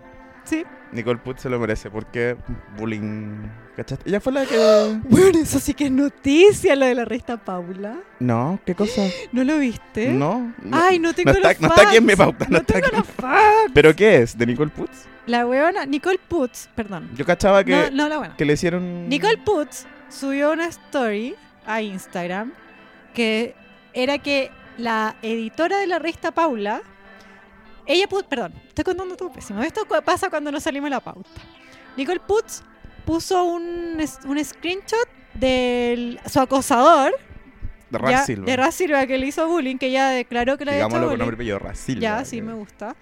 Speaker 2: Sí.
Speaker 1: Nicole Putz se lo merece porque bullying. ¿Cachaste? Ella fue la que.
Speaker 2: Bueno, eso sí que es noticia, lo de la resta Paula.
Speaker 1: No, ¿qué cosa?
Speaker 2: ¿No lo viste?
Speaker 1: No. no.
Speaker 2: ¿Eh? Ay, no tengo
Speaker 1: no está-
Speaker 2: los
Speaker 1: no está aquí en mi
Speaker 2: facts.
Speaker 1: pauta, no
Speaker 2: No,
Speaker 1: está
Speaker 2: tengo
Speaker 1: aquí.
Speaker 2: los facts.
Speaker 1: ¿Pero qué es? ¿De Nicole Putz?
Speaker 2: La weona, Nicole Putz, perdón.
Speaker 1: Yo cachaba que,
Speaker 2: No, no la buena.
Speaker 1: que le hicieron.
Speaker 2: Nicole Putz subió una story a Instagram que era que la editora de la revista Paula, ella puso, perdón, estoy contando todo pésimo. Esto cu- pasa cuando no salimos de la pauta. Nicole Putz puso un, es- un screenshot de su acosador
Speaker 1: De
Speaker 2: ya,
Speaker 1: Raz Silva.
Speaker 2: de Raz Silva, que le hizo bullying, que ella declaró que le había hecho
Speaker 1: Digámoslo con
Speaker 2: bullying.
Speaker 1: nombre y apellido, Raz Silva.
Speaker 2: Ya, sí, me gusta.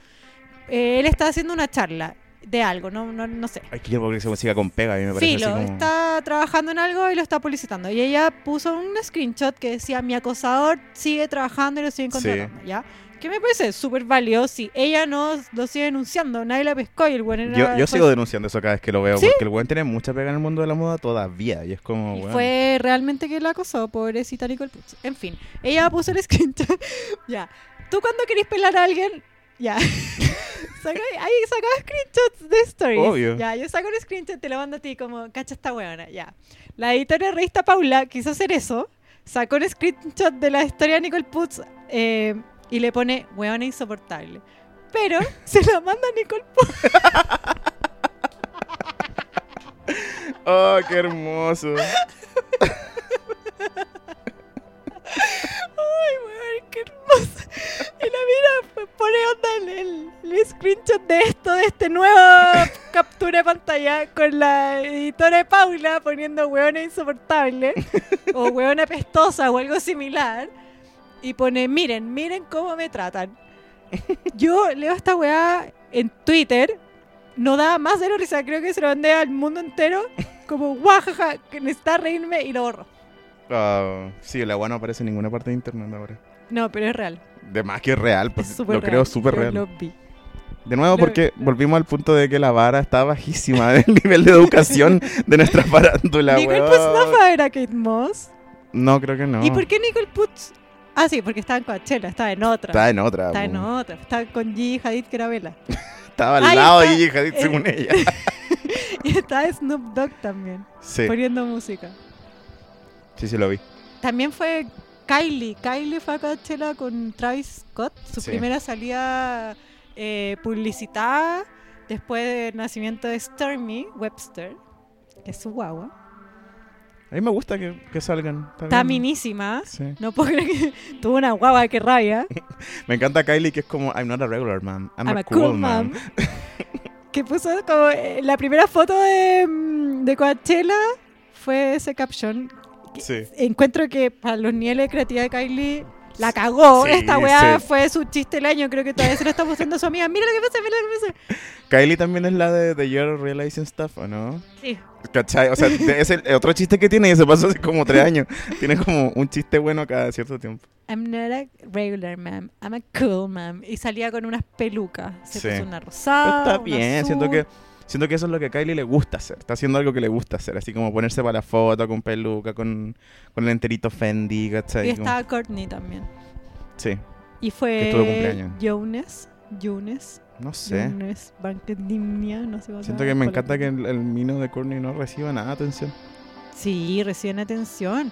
Speaker 2: Eh, él está haciendo una charla de algo, no, no, no sé.
Speaker 1: Ay, que yo porque se siga con pega, a mí me parece
Speaker 2: Filo,
Speaker 1: así como...
Speaker 2: está trabajando en algo y lo está publicitando. Y ella puso un screenshot que decía, mi acosador sigue trabajando y lo sigue contratando, ¿ya? Que me parece súper valioso si ella no lo sigue denunciando, nadie la pescó y el buen era...
Speaker 1: Yo, yo
Speaker 2: fue-
Speaker 1: sigo denunciando eso cada vez que lo veo,
Speaker 2: ¿Sí?
Speaker 1: porque el weón tiene mucha pega en el mundo de la moda todavía, y es como,
Speaker 2: y
Speaker 1: weón,
Speaker 2: fue realmente que la acosó, pobrecita Nicole Putz. En fin,
Speaker 1: Mm.
Speaker 2: ella puso el screenshot. ya. Tú cuando querés pelar a alguien, ya. Saca- ahí sacaba screenshots de stories.
Speaker 1: Obvio.
Speaker 2: Ya, yo saco un screenshot, te lo mando a ti como, cacha esta weona, ya. La editora de revista Paula quiso hacer eso, sacó un screenshot de la historia de Nicole Putz eh, y le pone, weona insoportable. Pero se la manda a Nicole Putz.
Speaker 1: ¡Oh, qué hermoso!
Speaker 2: Ay, weón, qué hermosa. Y la mira, pues, pone onda el, el- el screenshot de esto, de este nuevo captura de pantalla con la editora de Paula poniendo hueona insoportable o hueona pestosa o algo similar. Y pone, miren, miren cómo me tratan. Yo leo esta weá en Twitter. No da más de la risa, creo que se lo mandé al mundo entero. Como guajaja, que necesita reírme y lo borro.
Speaker 1: Ah, sí, la weá no aparece en ninguna parte de internet ahora.
Speaker 2: No, pero es real.
Speaker 1: De más que es real, pues,
Speaker 2: Es
Speaker 1: lo
Speaker 2: súper
Speaker 1: creo
Speaker 2: real.
Speaker 1: súper
Speaker 2: Yo
Speaker 1: real.
Speaker 2: lo vi.
Speaker 1: De nuevo,
Speaker 2: lo-
Speaker 1: porque volvimos al punto de que la vara está bajísima del nivel de educación de nuestra farándula,
Speaker 2: Nicole
Speaker 1: weón.
Speaker 2: Putz no fue a ver a Kate Moss.
Speaker 1: No, creo que no.
Speaker 2: pues, ¿Y por qué Nicole Putz? Ah, sí, porque estaba en Coachella, estaba en otra.
Speaker 1: Está en otra.
Speaker 2: Estaba en
Speaker 1: po.
Speaker 2: otra. Estaba con Gigi Hadid, que era Vela.
Speaker 1: Estaba al
Speaker 2: Ahí
Speaker 1: lado
Speaker 2: está.
Speaker 1: de Gigi Hadid,
Speaker 2: Eh.
Speaker 1: según ella.
Speaker 2: Y estaba Snoop Dogg también,
Speaker 1: Sí,
Speaker 2: poniendo música.
Speaker 1: sí, sí lo vi.
Speaker 2: También fue Kylie. Kylie fue a Coachella con Travis Scott. Su
Speaker 1: Sí.
Speaker 2: primera salida eh, publicitada después del nacimiento de Stormy Webster. que es su guagua.
Speaker 1: A mí me gusta que, que salgan. Está
Speaker 2: Está
Speaker 1: bien.
Speaker 2: minísima.
Speaker 1: Sí.
Speaker 2: No puedo creer que tuvo una guagua, qué rabia.
Speaker 1: Me encanta Kylie que es como, I'm not a regular mom, I'm,
Speaker 2: I'm a cool mom. que puso como eh, la primera foto de, mm, de Coachella fue ese caption. Que-
Speaker 1: Sí.
Speaker 2: Encuentro que para los niveles de creatividad de Kylie la cagó.
Speaker 1: Sí,
Speaker 2: Esta weá
Speaker 1: sí.
Speaker 2: fue su chiste del año. Creo que todavía se lo está mostrando a su amiga. Mira lo que pasa, mira lo que pasa.
Speaker 1: Kylie también es la de The You're Realizing Stuff, ¿o no?
Speaker 2: Sí.
Speaker 1: ¿Cachai? O sea, de- es el otro chiste que tiene y se pasó hace como tres años. Tiene como un chiste bueno cada cierto tiempo.
Speaker 2: I'm not a regular mom, I'm a cool mom. Y salía con unas pelucas. Se
Speaker 1: Sí.
Speaker 2: puso una
Speaker 1: Pero
Speaker 2: rosada.
Speaker 1: está
Speaker 2: Ah, una
Speaker 1: bien, siento
Speaker 2: azul.
Speaker 1: que siento que eso es lo que a Kylie le gusta hacer. Está haciendo algo que le gusta hacer, así como ponerse para la foto, con peluca, con, con el enterito Fendi, ¿cachai?
Speaker 2: Y
Speaker 1: Como-
Speaker 2: estaba Courtney también.
Speaker 1: Sí, Que
Speaker 2: Y
Speaker 1: estuvo de
Speaker 2: fue
Speaker 1: cumpleaños.
Speaker 2: Jones. Jones.
Speaker 1: no sé.
Speaker 2: Jones Bankdinia, no sé cómo se
Speaker 1: Siento
Speaker 2: llama
Speaker 1: que me
Speaker 2: el
Speaker 1: encanta que
Speaker 2: colegio.
Speaker 1: el, el mino de Courtney no reciba nada de atención.
Speaker 2: Sí, recién atención.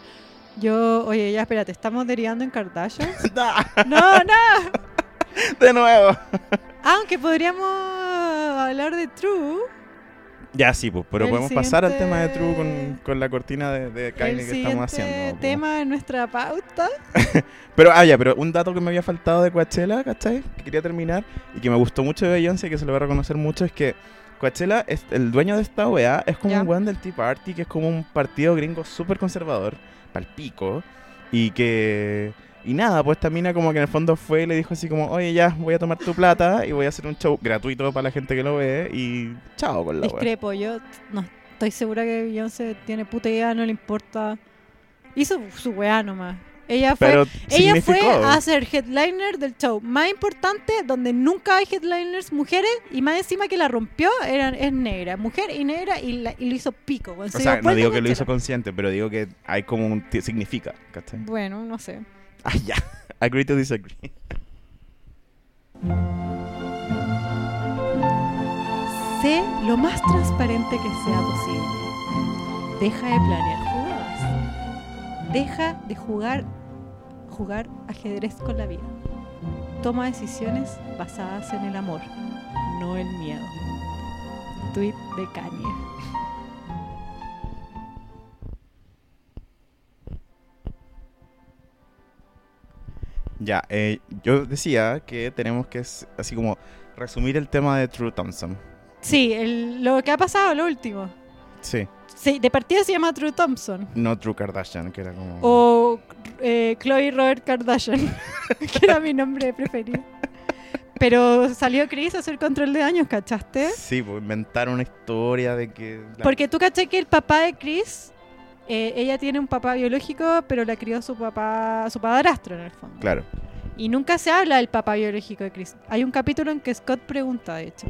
Speaker 2: Yo, oye, ya espérate, ¿estamos derivando en Kardashian? no, no.
Speaker 1: de nuevo.
Speaker 2: Aunque podríamos hablar de True.
Speaker 1: Ya sí, pues, pero
Speaker 2: El
Speaker 1: podemos pasar al tema de
Speaker 2: siguiente-
Speaker 1: True con, con la cortina de, de
Speaker 2: El
Speaker 1: Kylie que
Speaker 2: siguiente
Speaker 1: estamos haciendo. pues. po.
Speaker 2: tema de nuestra pauta.
Speaker 1: Pero, ah, ya, pero un dato que me había faltado de Coachella, ¿cachai? Que quería terminar y que me gustó mucho de Beyoncé y que se lo voy a reconocer mucho es que Coachella, es, el dueño de esta OEA, es como
Speaker 2: Ya.
Speaker 1: un weón del Tea Party, que es como un partido gringo súper conservador, palpico, y que... Y nada, pues esta mina como que en el fondo fue y le dijo así como, oye ya, voy a tomar tu plata y voy a hacer un show gratuito para la gente que lo ve y chao con la wea.
Speaker 2: Discrepo, yo t- no estoy segura que Beyoncé tiene puta idea, no le importa. Hizo su weá nomás. Ella fue,
Speaker 1: Pero
Speaker 2: ella fue
Speaker 1: significó.
Speaker 2: a ser headliner del show. Más importante, donde nunca hay headliners mujeres, y más encima que la rompió, eran, es negra. Mujer y negra, y, la- y lo hizo pico. weón.
Speaker 1: O
Speaker 2: Se dio
Speaker 1: sea, no
Speaker 2: vuelta
Speaker 1: digo
Speaker 2: con
Speaker 1: que lo
Speaker 2: Chela.
Speaker 1: hizo consciente, pero digo que hay como un... ti- significa, ¿cachai?
Speaker 2: Bueno, no sé.
Speaker 1: Ah, ya. Agree to disagree.
Speaker 2: Sé lo más transparente que sea posible. Deja de planear jugadas. Deja de jugar, jugar ajedrez con la vida. Toma decisiones basadas en el amor, no el miedo. Tweet de Kanye.
Speaker 1: Ya, eh, yo decía que tenemos que, s- así como, resumir el tema de True Thompson.
Speaker 2: Sí, el- lo que ha pasado, lo último.
Speaker 1: Sí,
Speaker 2: Sí, de partida se llama True Thompson.
Speaker 1: no True Kardashian, que era como...
Speaker 2: O eh, Chloe Robert Kardashian, que era mi nombre preferido. Pero salió Chris a hacer control de daños, ¿cachaste?
Speaker 1: Sí, pues inventaron una historia de que... la-
Speaker 2: Porque tú caché que el papá de Chris, eh, ella tiene un papá biológico, pero la crió su papá, su padrastro en el fondo.
Speaker 1: Claro.
Speaker 2: Y nunca se habla del papá biológico de Chris. Hay un capítulo en que Scott pregunta, de hecho.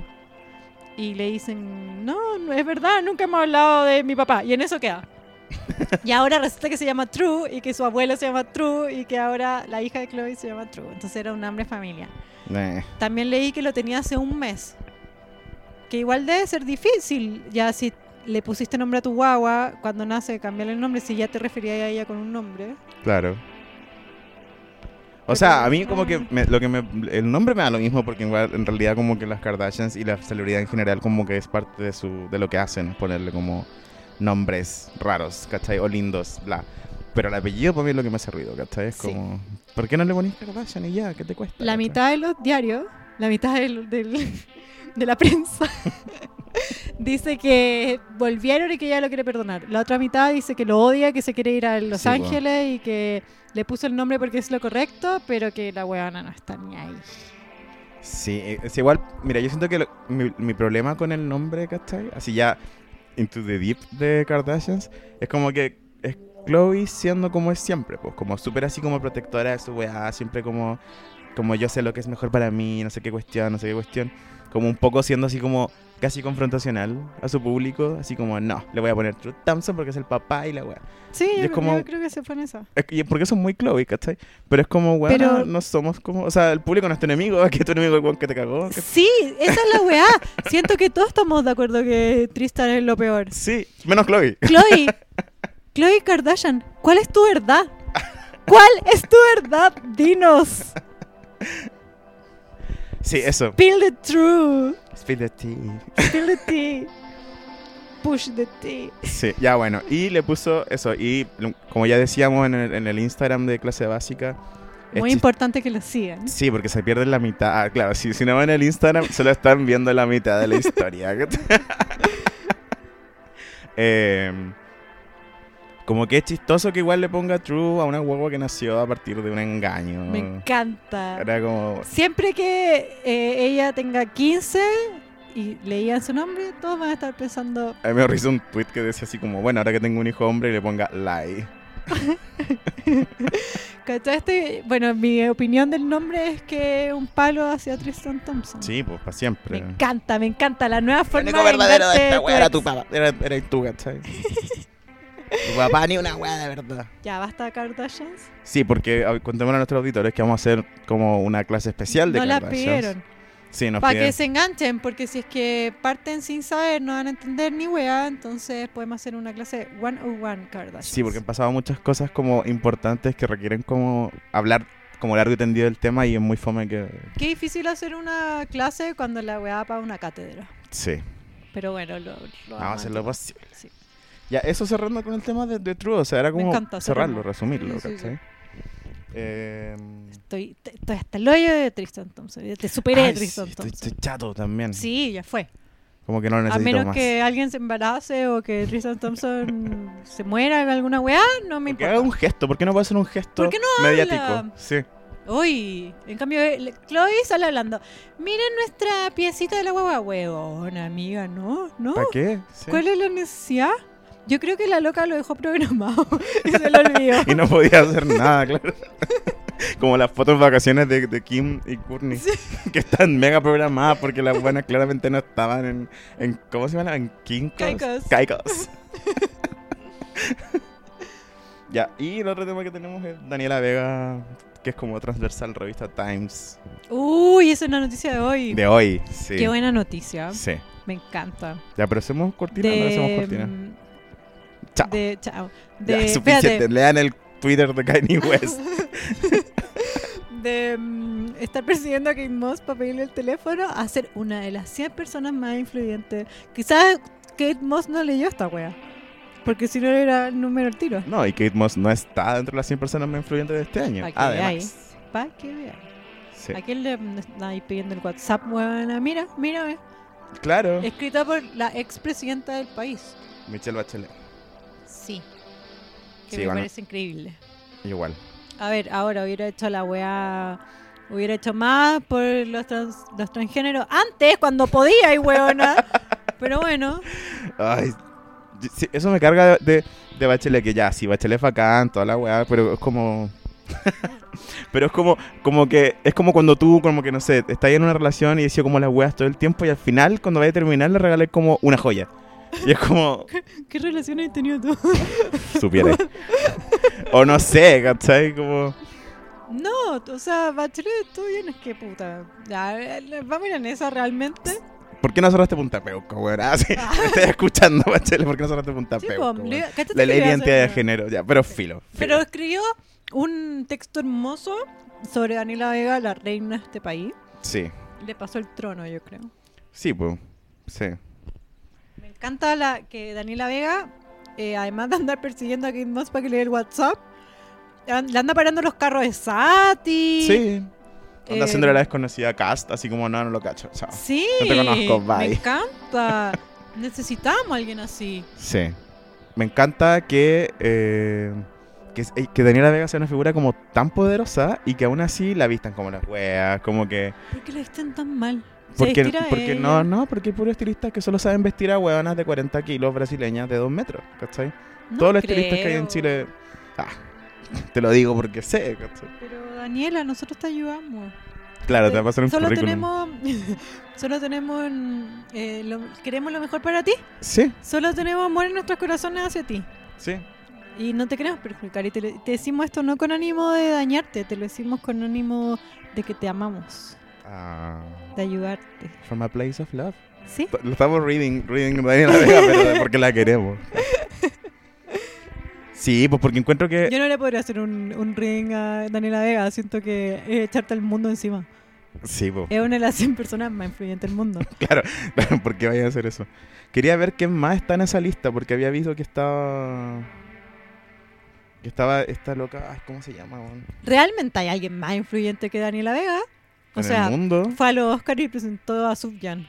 Speaker 2: Y le dicen, no, no es verdad, nunca hemos hablado de mi papá. Y en eso queda. y ahora resulta que se llama True y que su abuelo se llama True y que ahora la hija de Chloe se llama True. Entonces era un hambre familia.
Speaker 1: Eh,
Speaker 2: También leí que lo tenía hace un mes. Que igual debe ser difícil, ya si le pusiste nombre a tu guagua, cuando nace cambiarle el nombre, si ya te referías a ella con un nombre.
Speaker 1: claro.
Speaker 2: Pero-
Speaker 1: O sea, a mí como que me- lo que me, el nombre me da lo mismo porque igual, en realidad como que las Kardashians y la celebridad en general como que es parte de su de lo que hacen, ponerle como nombres raros, ¿cachai? O lindos, bla. Pero el apellido para mí es lo que me hace ruido, ¿cachai? Es
Speaker 2: Sí.
Speaker 1: como, ¿por qué no le ponís Kardashian y ya? ¿Qué te cuesta?
Speaker 2: La
Speaker 1: ¿cachai?
Speaker 2: mitad de los diarios, la mitad del- del- de la prensa, dice que volvieron y que ella lo quiere perdonar. La otra mitad dice que lo odia, que se quiere ir a Los
Speaker 1: Sí, po.
Speaker 2: Ángeles y que le puso el nombre porque es lo correcto, pero que la huevona no está ni ahí.
Speaker 1: Sí, eh, es igual, mira, yo siento que lo- mi, mi problema con el nombre, ¿cachai? Así ya, Into the Deep de Kardashians, es como que es Chloe siendo como es siempre, pues como súper así como protectora de su weá, siempre como, como yo sé lo que es mejor para mí, no sé qué cuestión, no sé qué cuestión, como un poco siendo así como casi confrontacional a su público, así como, no, le voy a poner Truth Thompson porque es el papá y la weá.
Speaker 2: Sí,
Speaker 1: Y
Speaker 2: yo,
Speaker 1: es
Speaker 2: creo-
Speaker 1: como-
Speaker 2: yo creo que se fue en esa.
Speaker 1: Es que- Porque son muy Chloe, ¿cachai? Pero es como, weá,
Speaker 2: Pero-
Speaker 1: no somos como, o sea, el público no es tu enemigo, aquí es tu enemigo el weón que te cagó. que-
Speaker 2: Sí, esa es la weá. Siento que todos estamos de acuerdo que Tristan es lo peor.
Speaker 1: Sí, menos Chloe.
Speaker 2: Chloe, Chloe Kardashian, ¿cuál es tu verdad? ¿Cuál es tu verdad? Dinos.
Speaker 1: Sí, eso.
Speaker 2: Spill the truth.
Speaker 1: Spill the tea.
Speaker 2: Spill the tea. push de ti.
Speaker 1: Sí, ya bueno. Y le puso eso. Y lo- como ya decíamos en el, en el Instagram de clase básica. es
Speaker 2: Muy
Speaker 1: chis-
Speaker 2: importante que lo sigan.
Speaker 1: Sí, porque se pierden la mitad. Ah, claro, si, si no van al Instagram, solo están viendo la mitad de la historia. Eh, como que es chistoso que igual le ponga true a una guagua que nació a partir de un engaño.
Speaker 2: Me encanta.
Speaker 1: Mm. Era como.
Speaker 2: Siempre que eh, ella tenga 15 y leían su nombre, todos van a estar pensando,
Speaker 1: A mí me hizo un tweet que decía así como: Bueno, ahora que tengo un hijo hombre, le ponga lie.
Speaker 2: ¿cachaste? Este, Bueno, mi opinión del nombre es que un palo hacia Tristan Thompson.
Speaker 1: Sí, pues para
Speaker 2: Me
Speaker 1: siempre.
Speaker 2: encanta, me encanta la nueva forma
Speaker 3: único
Speaker 2: de
Speaker 3: verdadero de
Speaker 2: vengarte
Speaker 3: esta
Speaker 2: tu
Speaker 3: wea era
Speaker 2: ex.
Speaker 3: tu papá.
Speaker 1: Era, era tú, ¿cachai?
Speaker 3: Tu papá ni una wea de verdad.
Speaker 2: Ya basta Kardashians.
Speaker 1: Sí, porque a- contémosle a nuestros auditores que vamos a hacer como una clase especial de
Speaker 2: no la
Speaker 1: Kardashians.
Speaker 2: pidieron.
Speaker 1: Sí, nos
Speaker 2: Para
Speaker 1: pidieron.
Speaker 2: que se enganchen, porque si es que parten sin saber, no van a entender ni wea, entonces podemos hacer una clase 101 Kardashians.
Speaker 1: Sí, porque han pasado muchas cosas como importantes que requieren como hablar como largo y tendido del tema y es muy fome que...
Speaker 2: Qué difícil hacer una clase cuando la weá para una cátedra.
Speaker 1: Sí,
Speaker 2: Pero bueno, lo, lo
Speaker 1: vamos a hacer lo
Speaker 2: mantener.
Speaker 1: posible.
Speaker 2: Sí.
Speaker 1: Ya, eso cerrando con el tema de, de True, o sea, era como
Speaker 2: encanta,
Speaker 1: cerrarlo,
Speaker 2: cerramos.
Speaker 1: resumirlo,
Speaker 2: Sí, sí, sí.
Speaker 1: ¿cachai? Em,
Speaker 2: Estoy, te- estoy hasta el hoyo de Tristan Thompson. Te superé,
Speaker 1: ay, sí,
Speaker 2: Tristan
Speaker 1: estoy,
Speaker 2: Thompson.
Speaker 1: estoy chato también.
Speaker 2: Sí, ya fue.
Speaker 1: Como que no lo
Speaker 2: A
Speaker 1: necesito
Speaker 2: menos
Speaker 1: más.
Speaker 2: que alguien se embarace o que Tristan Thompson se muera en alguna weá, no me
Speaker 1: Que
Speaker 2: importa.
Speaker 1: haga un gesto, ¿por qué no puede hacer un gesto
Speaker 2: ¿Por qué
Speaker 1: mediático?
Speaker 2: habla?
Speaker 1: Sí.
Speaker 2: Uy, en cambio, eh, le- Chloe sale hablando. Miren nuestra piecita de la guagua, huevón, amiga, ¿no? ¿No?
Speaker 1: ¿Para qué? Sí.
Speaker 2: ¿Cuál es la necesidad? Yo creo que la loca lo dejó programado y se lo olvidó.
Speaker 1: Y no podía hacer nada, claro. Como las fotos de vacaciones de, de Kim y Courtney, que están mega programadas porque las buenas claramente no estaban en. en- ¿Cómo se llama? En Kinkos.
Speaker 2: Caicos.
Speaker 1: Caicos. ya, y el otro tema que tenemos es Daniela Vega, que es como transversal revista Times
Speaker 2: Uy, esa es una noticia de hoy.
Speaker 1: de hoy. Sí.
Speaker 2: Qué buena noticia.
Speaker 1: Sí.
Speaker 2: Me encanta.
Speaker 1: Ya, pero hacemos cortina o no hacemos cortina.
Speaker 2: De. mm,
Speaker 1: Chao.
Speaker 2: De. Chao.
Speaker 1: Ya,
Speaker 2: De.
Speaker 1: suficiente.
Speaker 2: espérate.
Speaker 1: Lean el Twitter de Kanye West.
Speaker 2: de mm, estar persiguiendo a Kate Moss para pedirle el teléfono a ser una de las 100 personas más influyentes. Quizás Kate Moss no leyó esta wea. Porque si no le era el número al tiro.
Speaker 1: No, y Kate Moss no está dentro de las 100 personas más influyentes de este año.
Speaker 2: Pa' que
Speaker 1: Además.
Speaker 2: Para que vean.
Speaker 1: Sí.
Speaker 2: Aquel le mm, está ahí pidiendo el WhatsApp, weona. Mira, mira, ve.
Speaker 1: Claro.
Speaker 2: Escrita por la expresidenta del país.
Speaker 1: Michelle Bachelet.
Speaker 2: Sí. Que
Speaker 1: Sí,
Speaker 2: me
Speaker 1: bueno.
Speaker 2: parece increíble.
Speaker 1: Igual.
Speaker 2: A ver, ahora hubiera hecho la weá. Hubiera hecho más por los, trans- los transgéneros antes, cuando podía, y weona. Pero bueno,
Speaker 1: Ay, y- sí, eso me carga de, de, de Bachelet, que ya, sí, Bachelet es bacán, toda la weá, pero es como... pero es como, como que, es como cuando tú, como que no sé, estás en una relación y decís como las weas todo el tiempo y al final, cuando vayas a terminar, le regalé como una joya. Y es como,
Speaker 2: ¿qué relación has tenido tú?
Speaker 1: supiere. o no sé, ¿cachai? Como...
Speaker 2: No, o sea, Bachelet, tú vienes que puta. Ya, eh, Vamos a ir en esa realmente.
Speaker 1: ¿Por qué no cerraste Punta Peuco, weón? Ah, sí, me estás escuchando, Bachelet, ¿por qué no cerraste Punta
Speaker 2: Sí,
Speaker 1: Peuco?
Speaker 2: po,
Speaker 1: weón?
Speaker 2: le- cáchate
Speaker 1: La
Speaker 2: que
Speaker 1: ley
Speaker 2: le
Speaker 1: de
Speaker 2: hace-
Speaker 1: identidad de género, ya, pero filo.
Speaker 2: Pero
Speaker 1: filo.
Speaker 2: escribió un texto hermoso sobre Daniela Vega, la reina de este país.
Speaker 1: Sí,
Speaker 2: Le pasó el trono, yo creo.
Speaker 1: sí, pues, sí.
Speaker 2: Me encanta la, que Daniela Vega, eh, además de andar persiguiendo a Kate Moss para que le dé el WhatsApp, an- le anda parando los carros de Sati.
Speaker 1: Sí.
Speaker 2: Eh,
Speaker 1: Anda haciéndole la desconocida a Cast, así como no, no lo cacho. Chao.
Speaker 2: Sí.
Speaker 1: No te conozco,
Speaker 2: Me
Speaker 1: bye.
Speaker 2: encanta. Necesitamos a alguien así.
Speaker 1: Sí. Me encanta que, eh, que, que Daniela Vega sea una figura como tan poderosa y que aún así la vistan como las weas, como que...
Speaker 2: ¿Por qué la visten tan mal? Se
Speaker 1: Porque,
Speaker 2: vestir a
Speaker 1: porque
Speaker 2: ella.
Speaker 1: no, no, porque hay puros estilistas que solo saben vestir a hueonas de 40 kilos brasileñas de 2 metros, ¿cachai?
Speaker 2: No
Speaker 1: Todos los estilistas que hay
Speaker 2: creo.
Speaker 1: en Chile... Ah, te lo digo porque sé, ¿cachai?
Speaker 2: Pero Daniela, nosotros te ayudamos.
Speaker 1: Claro, te va a pasar un
Speaker 2: solo
Speaker 1: currículum.
Speaker 2: tenemos, solo tenemos, mm, eh, lo- queremos lo mejor para ti.
Speaker 1: Sí,
Speaker 2: Solo tenemos amor en nuestros corazones hacia ti.
Speaker 1: sí.
Speaker 2: Y no te queremos perjudicar. Y te, lo- te decimos esto no con ánimo de dañarte, te lo decimos con ánimo de que te amamos,
Speaker 1: Ah,
Speaker 2: de ayudarte.
Speaker 1: from a place of love.
Speaker 2: ¿Sí?
Speaker 1: Lo estamos reading, reading Daniela Vega, pero de- porque la queremos. Sí, pues porque encuentro que.
Speaker 2: Yo no le podría hacer un, un ring a Daniela Vega, siento que es echarte el mundo encima.
Speaker 1: Sí, pues. po.
Speaker 2: Es una de las 100 personas más influyentes del mundo.
Speaker 1: ¿Por qué vaya a hacer eso? Quería ver quién más está en esa lista, porque había visto que estaba. Que estaba esta loca. Ay, ¿Cómo se llama, weón?
Speaker 2: ¿Realmente hay alguien más influyente que Daniela Vega? O
Speaker 1: En
Speaker 2: sea,
Speaker 1: el mundo.
Speaker 2: fue a los Oscar y presentó a Subjan.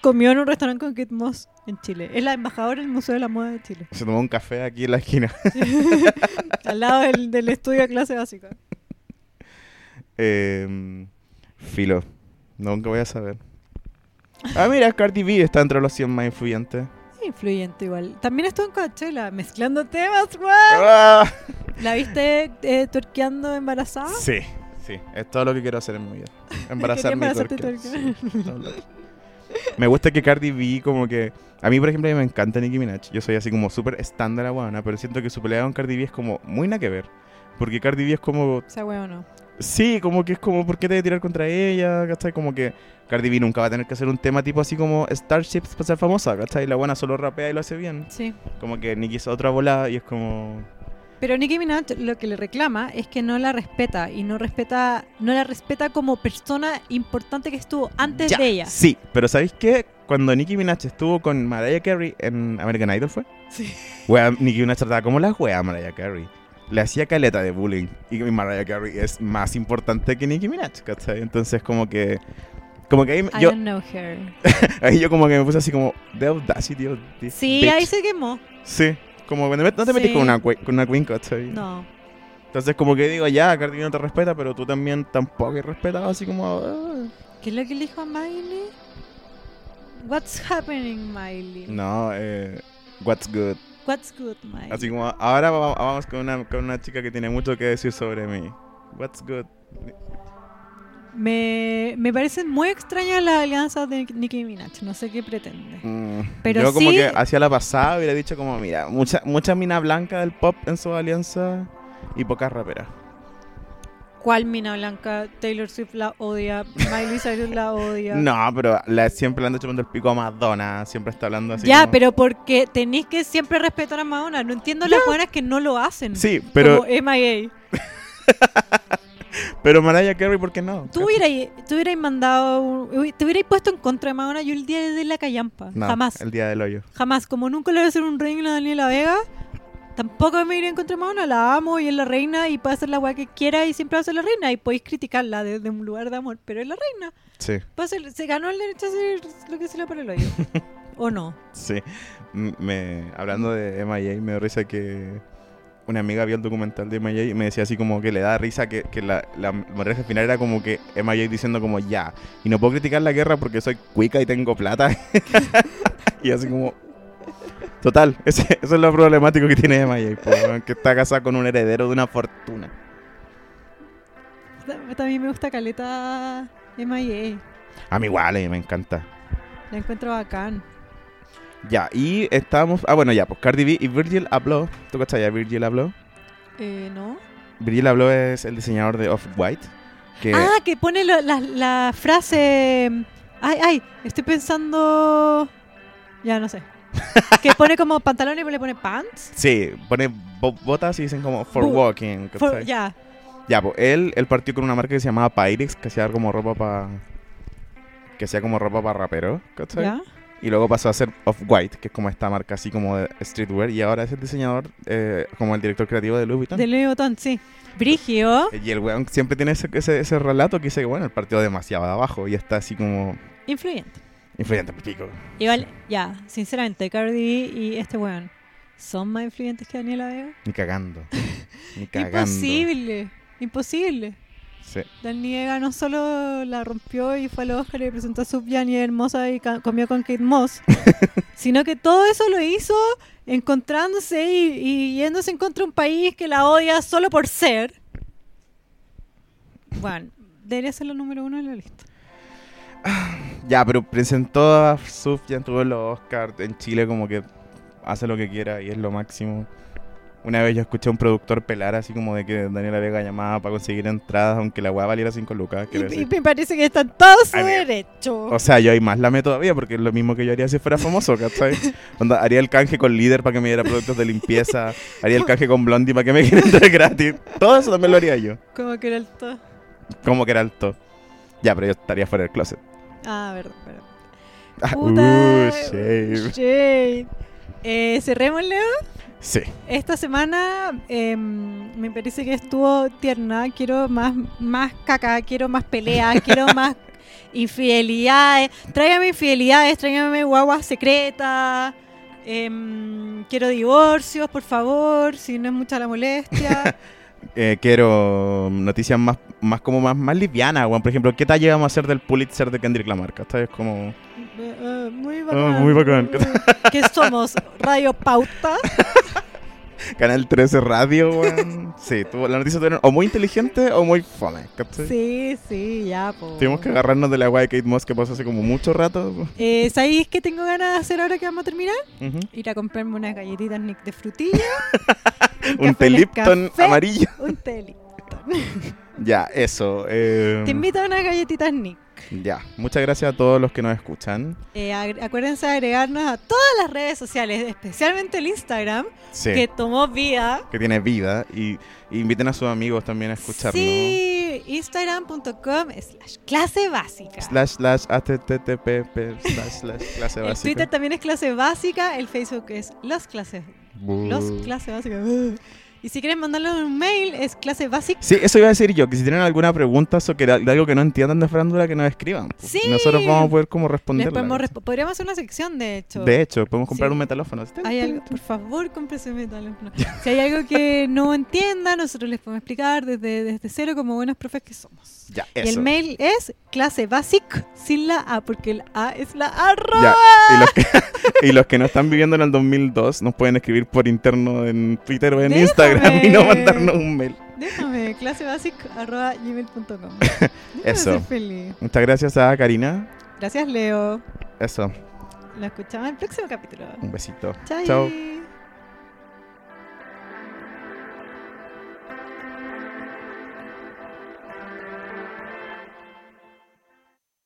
Speaker 2: Comió en un restaurante con Kid Moss en Chile. Es la embajadora del Museo de la Moda de Chile.
Speaker 1: Se tomó un café aquí en la esquina.
Speaker 2: Al lado del, del estudio de clase básica.
Speaker 1: Eh, filo. Nunca voy a saber. Ah, mira, Cardi B está entre los 100 más influyentes.
Speaker 2: Influyente igual. También estuvo en Coachella, mezclando temas, weón.
Speaker 1: Ah.
Speaker 2: ¿La viste eh, tuerqueando embarazada?
Speaker 1: Sí, sí. Es todo lo que quiero hacer en mi vida. Embarazarme y
Speaker 2: embarazarte y
Speaker 1: twerkear.
Speaker 2: twerkear.
Speaker 1: Sí, todo lo que- Me gusta que Cardi B como que... A mí, por ejemplo, me encanta Nicki Minaj. Yo soy así como súper estándar guana, pero siento que su pelea con Cardi B es como muy nada que ver. Porque Cardi B es como...
Speaker 2: O sea, weón, no.
Speaker 1: Sí, como que es como, ¿por qué te voy a tirar contra ella? ¿Cachai? Como que Cardi B nunca va a tener que hacer un tema tipo así como Starships para ser famosa, ¿cachai? La buena solo rapea y lo hace bien.
Speaker 2: Sí.
Speaker 1: Como que Nicki es otra volada y es como...
Speaker 2: Pero Nicki Minaj lo que le reclama es que no la respeta y no respeta, no la respeta como persona importante que estuvo antes
Speaker 1: Ya,
Speaker 2: de ella.
Speaker 1: Sí, pero ¿sabéis qué? Cuando Nicki Minaj estuvo con Mariah Carey en American Idol fue.
Speaker 2: Sí.
Speaker 1: Wea, Nicki Minaj trataba como la wea a Mariah Carey. Le hacía caleta de bullying. Y Mariah Carey es más importante que Nicki Minaj, ¿cachai? Entonces como que... Como que ahí,
Speaker 2: I
Speaker 1: yo,
Speaker 2: don't know her.
Speaker 1: ahí yo como que me puse así como... The audacity of this
Speaker 2: Sí,
Speaker 1: bitch".
Speaker 2: ahí se quemó.
Speaker 1: Sí. Como que no te metís
Speaker 2: Sí.
Speaker 1: con, una, cue- con una queen, ¿cachai?
Speaker 2: No.
Speaker 1: Entonces como que digo, ya, Cardi B no te respeta, pero tú también tampoco eres respetado, así como... "Ah".
Speaker 2: ¿Qué es lo que le dijo a Miley? What's happening, Miley?
Speaker 1: No, eh... What's good?
Speaker 2: What's good, Miley?
Speaker 1: Así como, ahora va- vamos con una, con una chica que tiene mucho que decir sobre mí. What's good?
Speaker 2: Me, me parecen muy extrañas las alianzas de Nicki Minaj. No sé qué pretende.
Speaker 1: Mm,
Speaker 2: Pero
Speaker 1: Yo como
Speaker 2: sí-
Speaker 1: que hacía la pasada hubiera dicho como, mira, mucha, mucha mina blanca del pop en su alianza y pocas raperas.
Speaker 2: ¿Cuál mina blanca? Taylor Swift la odia. Miley Cyrus la odia.
Speaker 1: No, pero la- siempre le han chupando el pico a Madonna, siempre está hablando así.
Speaker 2: ya,
Speaker 1: como-
Speaker 2: pero porque tenéis que siempre respetar a Madonna. No entiendo las buenas que no lo hacen.
Speaker 1: Sí, pero,
Speaker 2: Como MIA.
Speaker 1: pero Mariah Carey, ¿por qué no?
Speaker 2: Tú hubierais, tú hubierais mandado. un- Te hubierais puesto en contra de Madonna. Yo el día de la callampa.
Speaker 1: No,
Speaker 2: jamás.
Speaker 1: El día del hoyo.
Speaker 2: Jamás. Como nunca le voy a hacer un reino a Daniela Vega. Tampoco me iría en contra de Madonna. La amo y es la reina y puede hacer la weá que quiera y siempre va a ser la reina. Y podéis criticarla desde un lugar de amor. Pero es la reina.
Speaker 1: Sí,
Speaker 2: Puede hacer- se ganó el derecho a hacer lo que se le pone el oído. ¿O no?
Speaker 1: sí. M- Me, hablando de MIA, me da risa que una amiga vio el documental de MIA y me decía así como que le da risa que, que la, la moraleja final era como que MIA diciendo como ya. Y no puedo criticar la guerra porque soy cuica y tengo plata. y así como... Total, ese- eso es lo problemático que tiene MIA, po, pues, weón, que está casada con un heredero de una fortuna.
Speaker 2: Ta- También me gusta Caleta MIA.
Speaker 1: A mí igual, eh, me encanta.
Speaker 2: La encuentro bacán.
Speaker 1: Ya, y estábamos... Ah, bueno, ya, pues Cardi B y Virgil habló. ¿Tú cachai? Ya Virgil habló.
Speaker 2: Eh, ¿No?
Speaker 1: Virgil habló es el diseñador de Off-White. Que...
Speaker 2: Ah, que pone lo- la, la frase. Ay, ay, estoy pensando. Ya no sé. que pone como pantalones pero le pone pants.
Speaker 1: Sí, pone bo- botas y dicen como for
Speaker 2: Bu-
Speaker 1: walking.
Speaker 2: For-
Speaker 1: ¿cachai? ya,
Speaker 2: ya.
Speaker 1: pues él, él partió con una marca que se llamaba Pyrex, que hacía como ropa para... Que hacía como ropa para rapero, ¿cachai?
Speaker 2: ¿Ya?
Speaker 1: Y luego pasó a ser Off-White, que es como esta marca así como de streetwear. Y ahora es el diseñador, eh, como el director creativo de Louis Vuitton.
Speaker 2: De Louis Vuitton, sí. Brigio.
Speaker 1: Y el weón siempre tiene ese, ese, ese relato que dice que, bueno, el partido demasiado de abajo y está así como
Speaker 2: Influyente.
Speaker 1: influyente, pico.
Speaker 2: Igual, ya, sinceramente, Cardi B y este weón. ¿Son más influyentes que Daniela Vega?
Speaker 1: Ni cagando. Ni cagando.
Speaker 2: Imposible. Imposible.
Speaker 1: Sí.
Speaker 2: Daniela Vega no solo la rompió y fue a los Oscar y presentó a Subjan y hermosa y ca- comió con Kate Moss, sino que todo eso lo hizo encontrándose y, y yéndose en contra de un país que la odia solo por ser. Bueno, debería ser la número uno en la lista.
Speaker 1: Ya, pero presentó a Suf, ya tuvo los Oscar en Chile como que hace lo que quiera y es lo máximo. Una vez yo escuché a un productor pelar así como de que Daniela Vega llamaba para conseguir entradas, aunque la weá valiera 5 lucas.
Speaker 2: Y,
Speaker 1: quiero
Speaker 2: y
Speaker 1: decir.
Speaker 2: me parece que está en todo su
Speaker 1: Ay, mira. Oh.
Speaker 2: derecho.
Speaker 1: O sea, yo ahí más lame todavía, porque es lo mismo que yo haría si fuera famoso, ¿cachai? Onda, haría el canje con líder para que me diera productos de limpieza, haría el canje con Blondie para que me dieran entrar gratis. Todo eso también lo haría yo.
Speaker 2: Como que era el todo.
Speaker 1: Como que era alto. Ya, pero yo estaría fuera del closet.
Speaker 2: Ah, verdad, verdad.
Speaker 1: Ah,
Speaker 2: Puta,
Speaker 1: uh, shame.
Speaker 2: shame. Eh, cerremos, Leo.
Speaker 1: Sí.
Speaker 2: Esta semana em, me parece que estuvo tierna. Quiero más, más caca, quiero más peleas, quiero más infidelidades. Tráigame infidelidades, tráigame guaguas secretas. em, quiero divorcios, por favor, si no es mucha la molestia.
Speaker 1: Eh, quiero noticias más, más como más, más livianas, weón. Por ejemplo, ¿qué tal llegamos a hacer del Pulitzer de Kendrick Lamar? Esta es como...
Speaker 2: Eh, eh, muy
Speaker 1: Ah, muy bacán.
Speaker 2: ¿Qué somos? ¿Radio Pauta?
Speaker 1: Canal 13 Radio, weón. Sí, tuvo, la noticia tuvieron o muy inteligente o muy fome, ¿cachai?
Speaker 2: Sí, sí, ya, po.
Speaker 1: Tuvimos que agarrarnos de la weá de Kate Moss que pasó hace como mucho rato.
Speaker 2: Eh, ¿Sabéis qué tengo ganas de hacer ahora que vamos a terminar?
Speaker 1: Ujú.
Speaker 2: Ir a comprarme unas galletitas Nick de frutilla.
Speaker 1: Un
Speaker 2: café
Speaker 1: Telipton
Speaker 2: Nescafé.
Speaker 1: amarillo.
Speaker 2: Un teli.
Speaker 1: Mm. Ya, eso. eh,
Speaker 2: Te invito a unas galletitas Nick.
Speaker 1: ya, muchas gracias a todos los que nos escuchan.
Speaker 2: Eh, agre- acuérdense de agregarnos a todas las redes sociales, especialmente el Instagram,
Speaker 1: Sí,
Speaker 2: que
Speaker 1: que,
Speaker 2: tomó vida.
Speaker 1: tiene vida. Y, y inviten a sus amigos también a escucharnos.
Speaker 2: Sí, instagram.com slash clase básica.
Speaker 1: Slash, slash, http, pe- slash, slash, clase
Speaker 2: el
Speaker 1: básica.
Speaker 2: Twitter también es clase básica, el Facebook es los clases,
Speaker 1: Bu-
Speaker 2: los clase básica. Y si quieren mandarnos un mail es clase básica.
Speaker 1: Sí, eso iba a decir yo, que si tienen alguna pregunta o que de algo que no entiendan de farándula, que nos escriban. pues.
Speaker 2: Sí.
Speaker 1: Nosotros vamos a poder como
Speaker 2: Les
Speaker 1: responderla.
Speaker 2: podemos resp- podríamos hacer una sección, de hecho.
Speaker 1: De hecho, podemos comprar
Speaker 2: Sí.
Speaker 1: un metalófono.
Speaker 2: Hay algo- por favor, cómprese metal. No. Si hay algo que no entienda, nosotros les podemos explicar desde, desde cero como buenos profes que somos.
Speaker 1: Ya,
Speaker 2: Y el
Speaker 1: eso.
Speaker 2: mail es clase basic sin la A, porque la A es la arroba.
Speaker 1: Ya, y los, que, y los que no están viviendo en el 2002 nos pueden escribir por interno en Twitter o en
Speaker 2: Déjame.
Speaker 1: Instagram y no mandarnos un mail.
Speaker 2: Déjame, clase basic arroba gmail.com.
Speaker 1: Eso.
Speaker 2: Ser feliz.
Speaker 1: Muchas gracias a Karina.
Speaker 2: Gracias, Leo.
Speaker 1: Eso,
Speaker 2: Lo escuchamos en el próximo capítulo.
Speaker 1: un besito.
Speaker 2: Chao.
Speaker 1: Chao.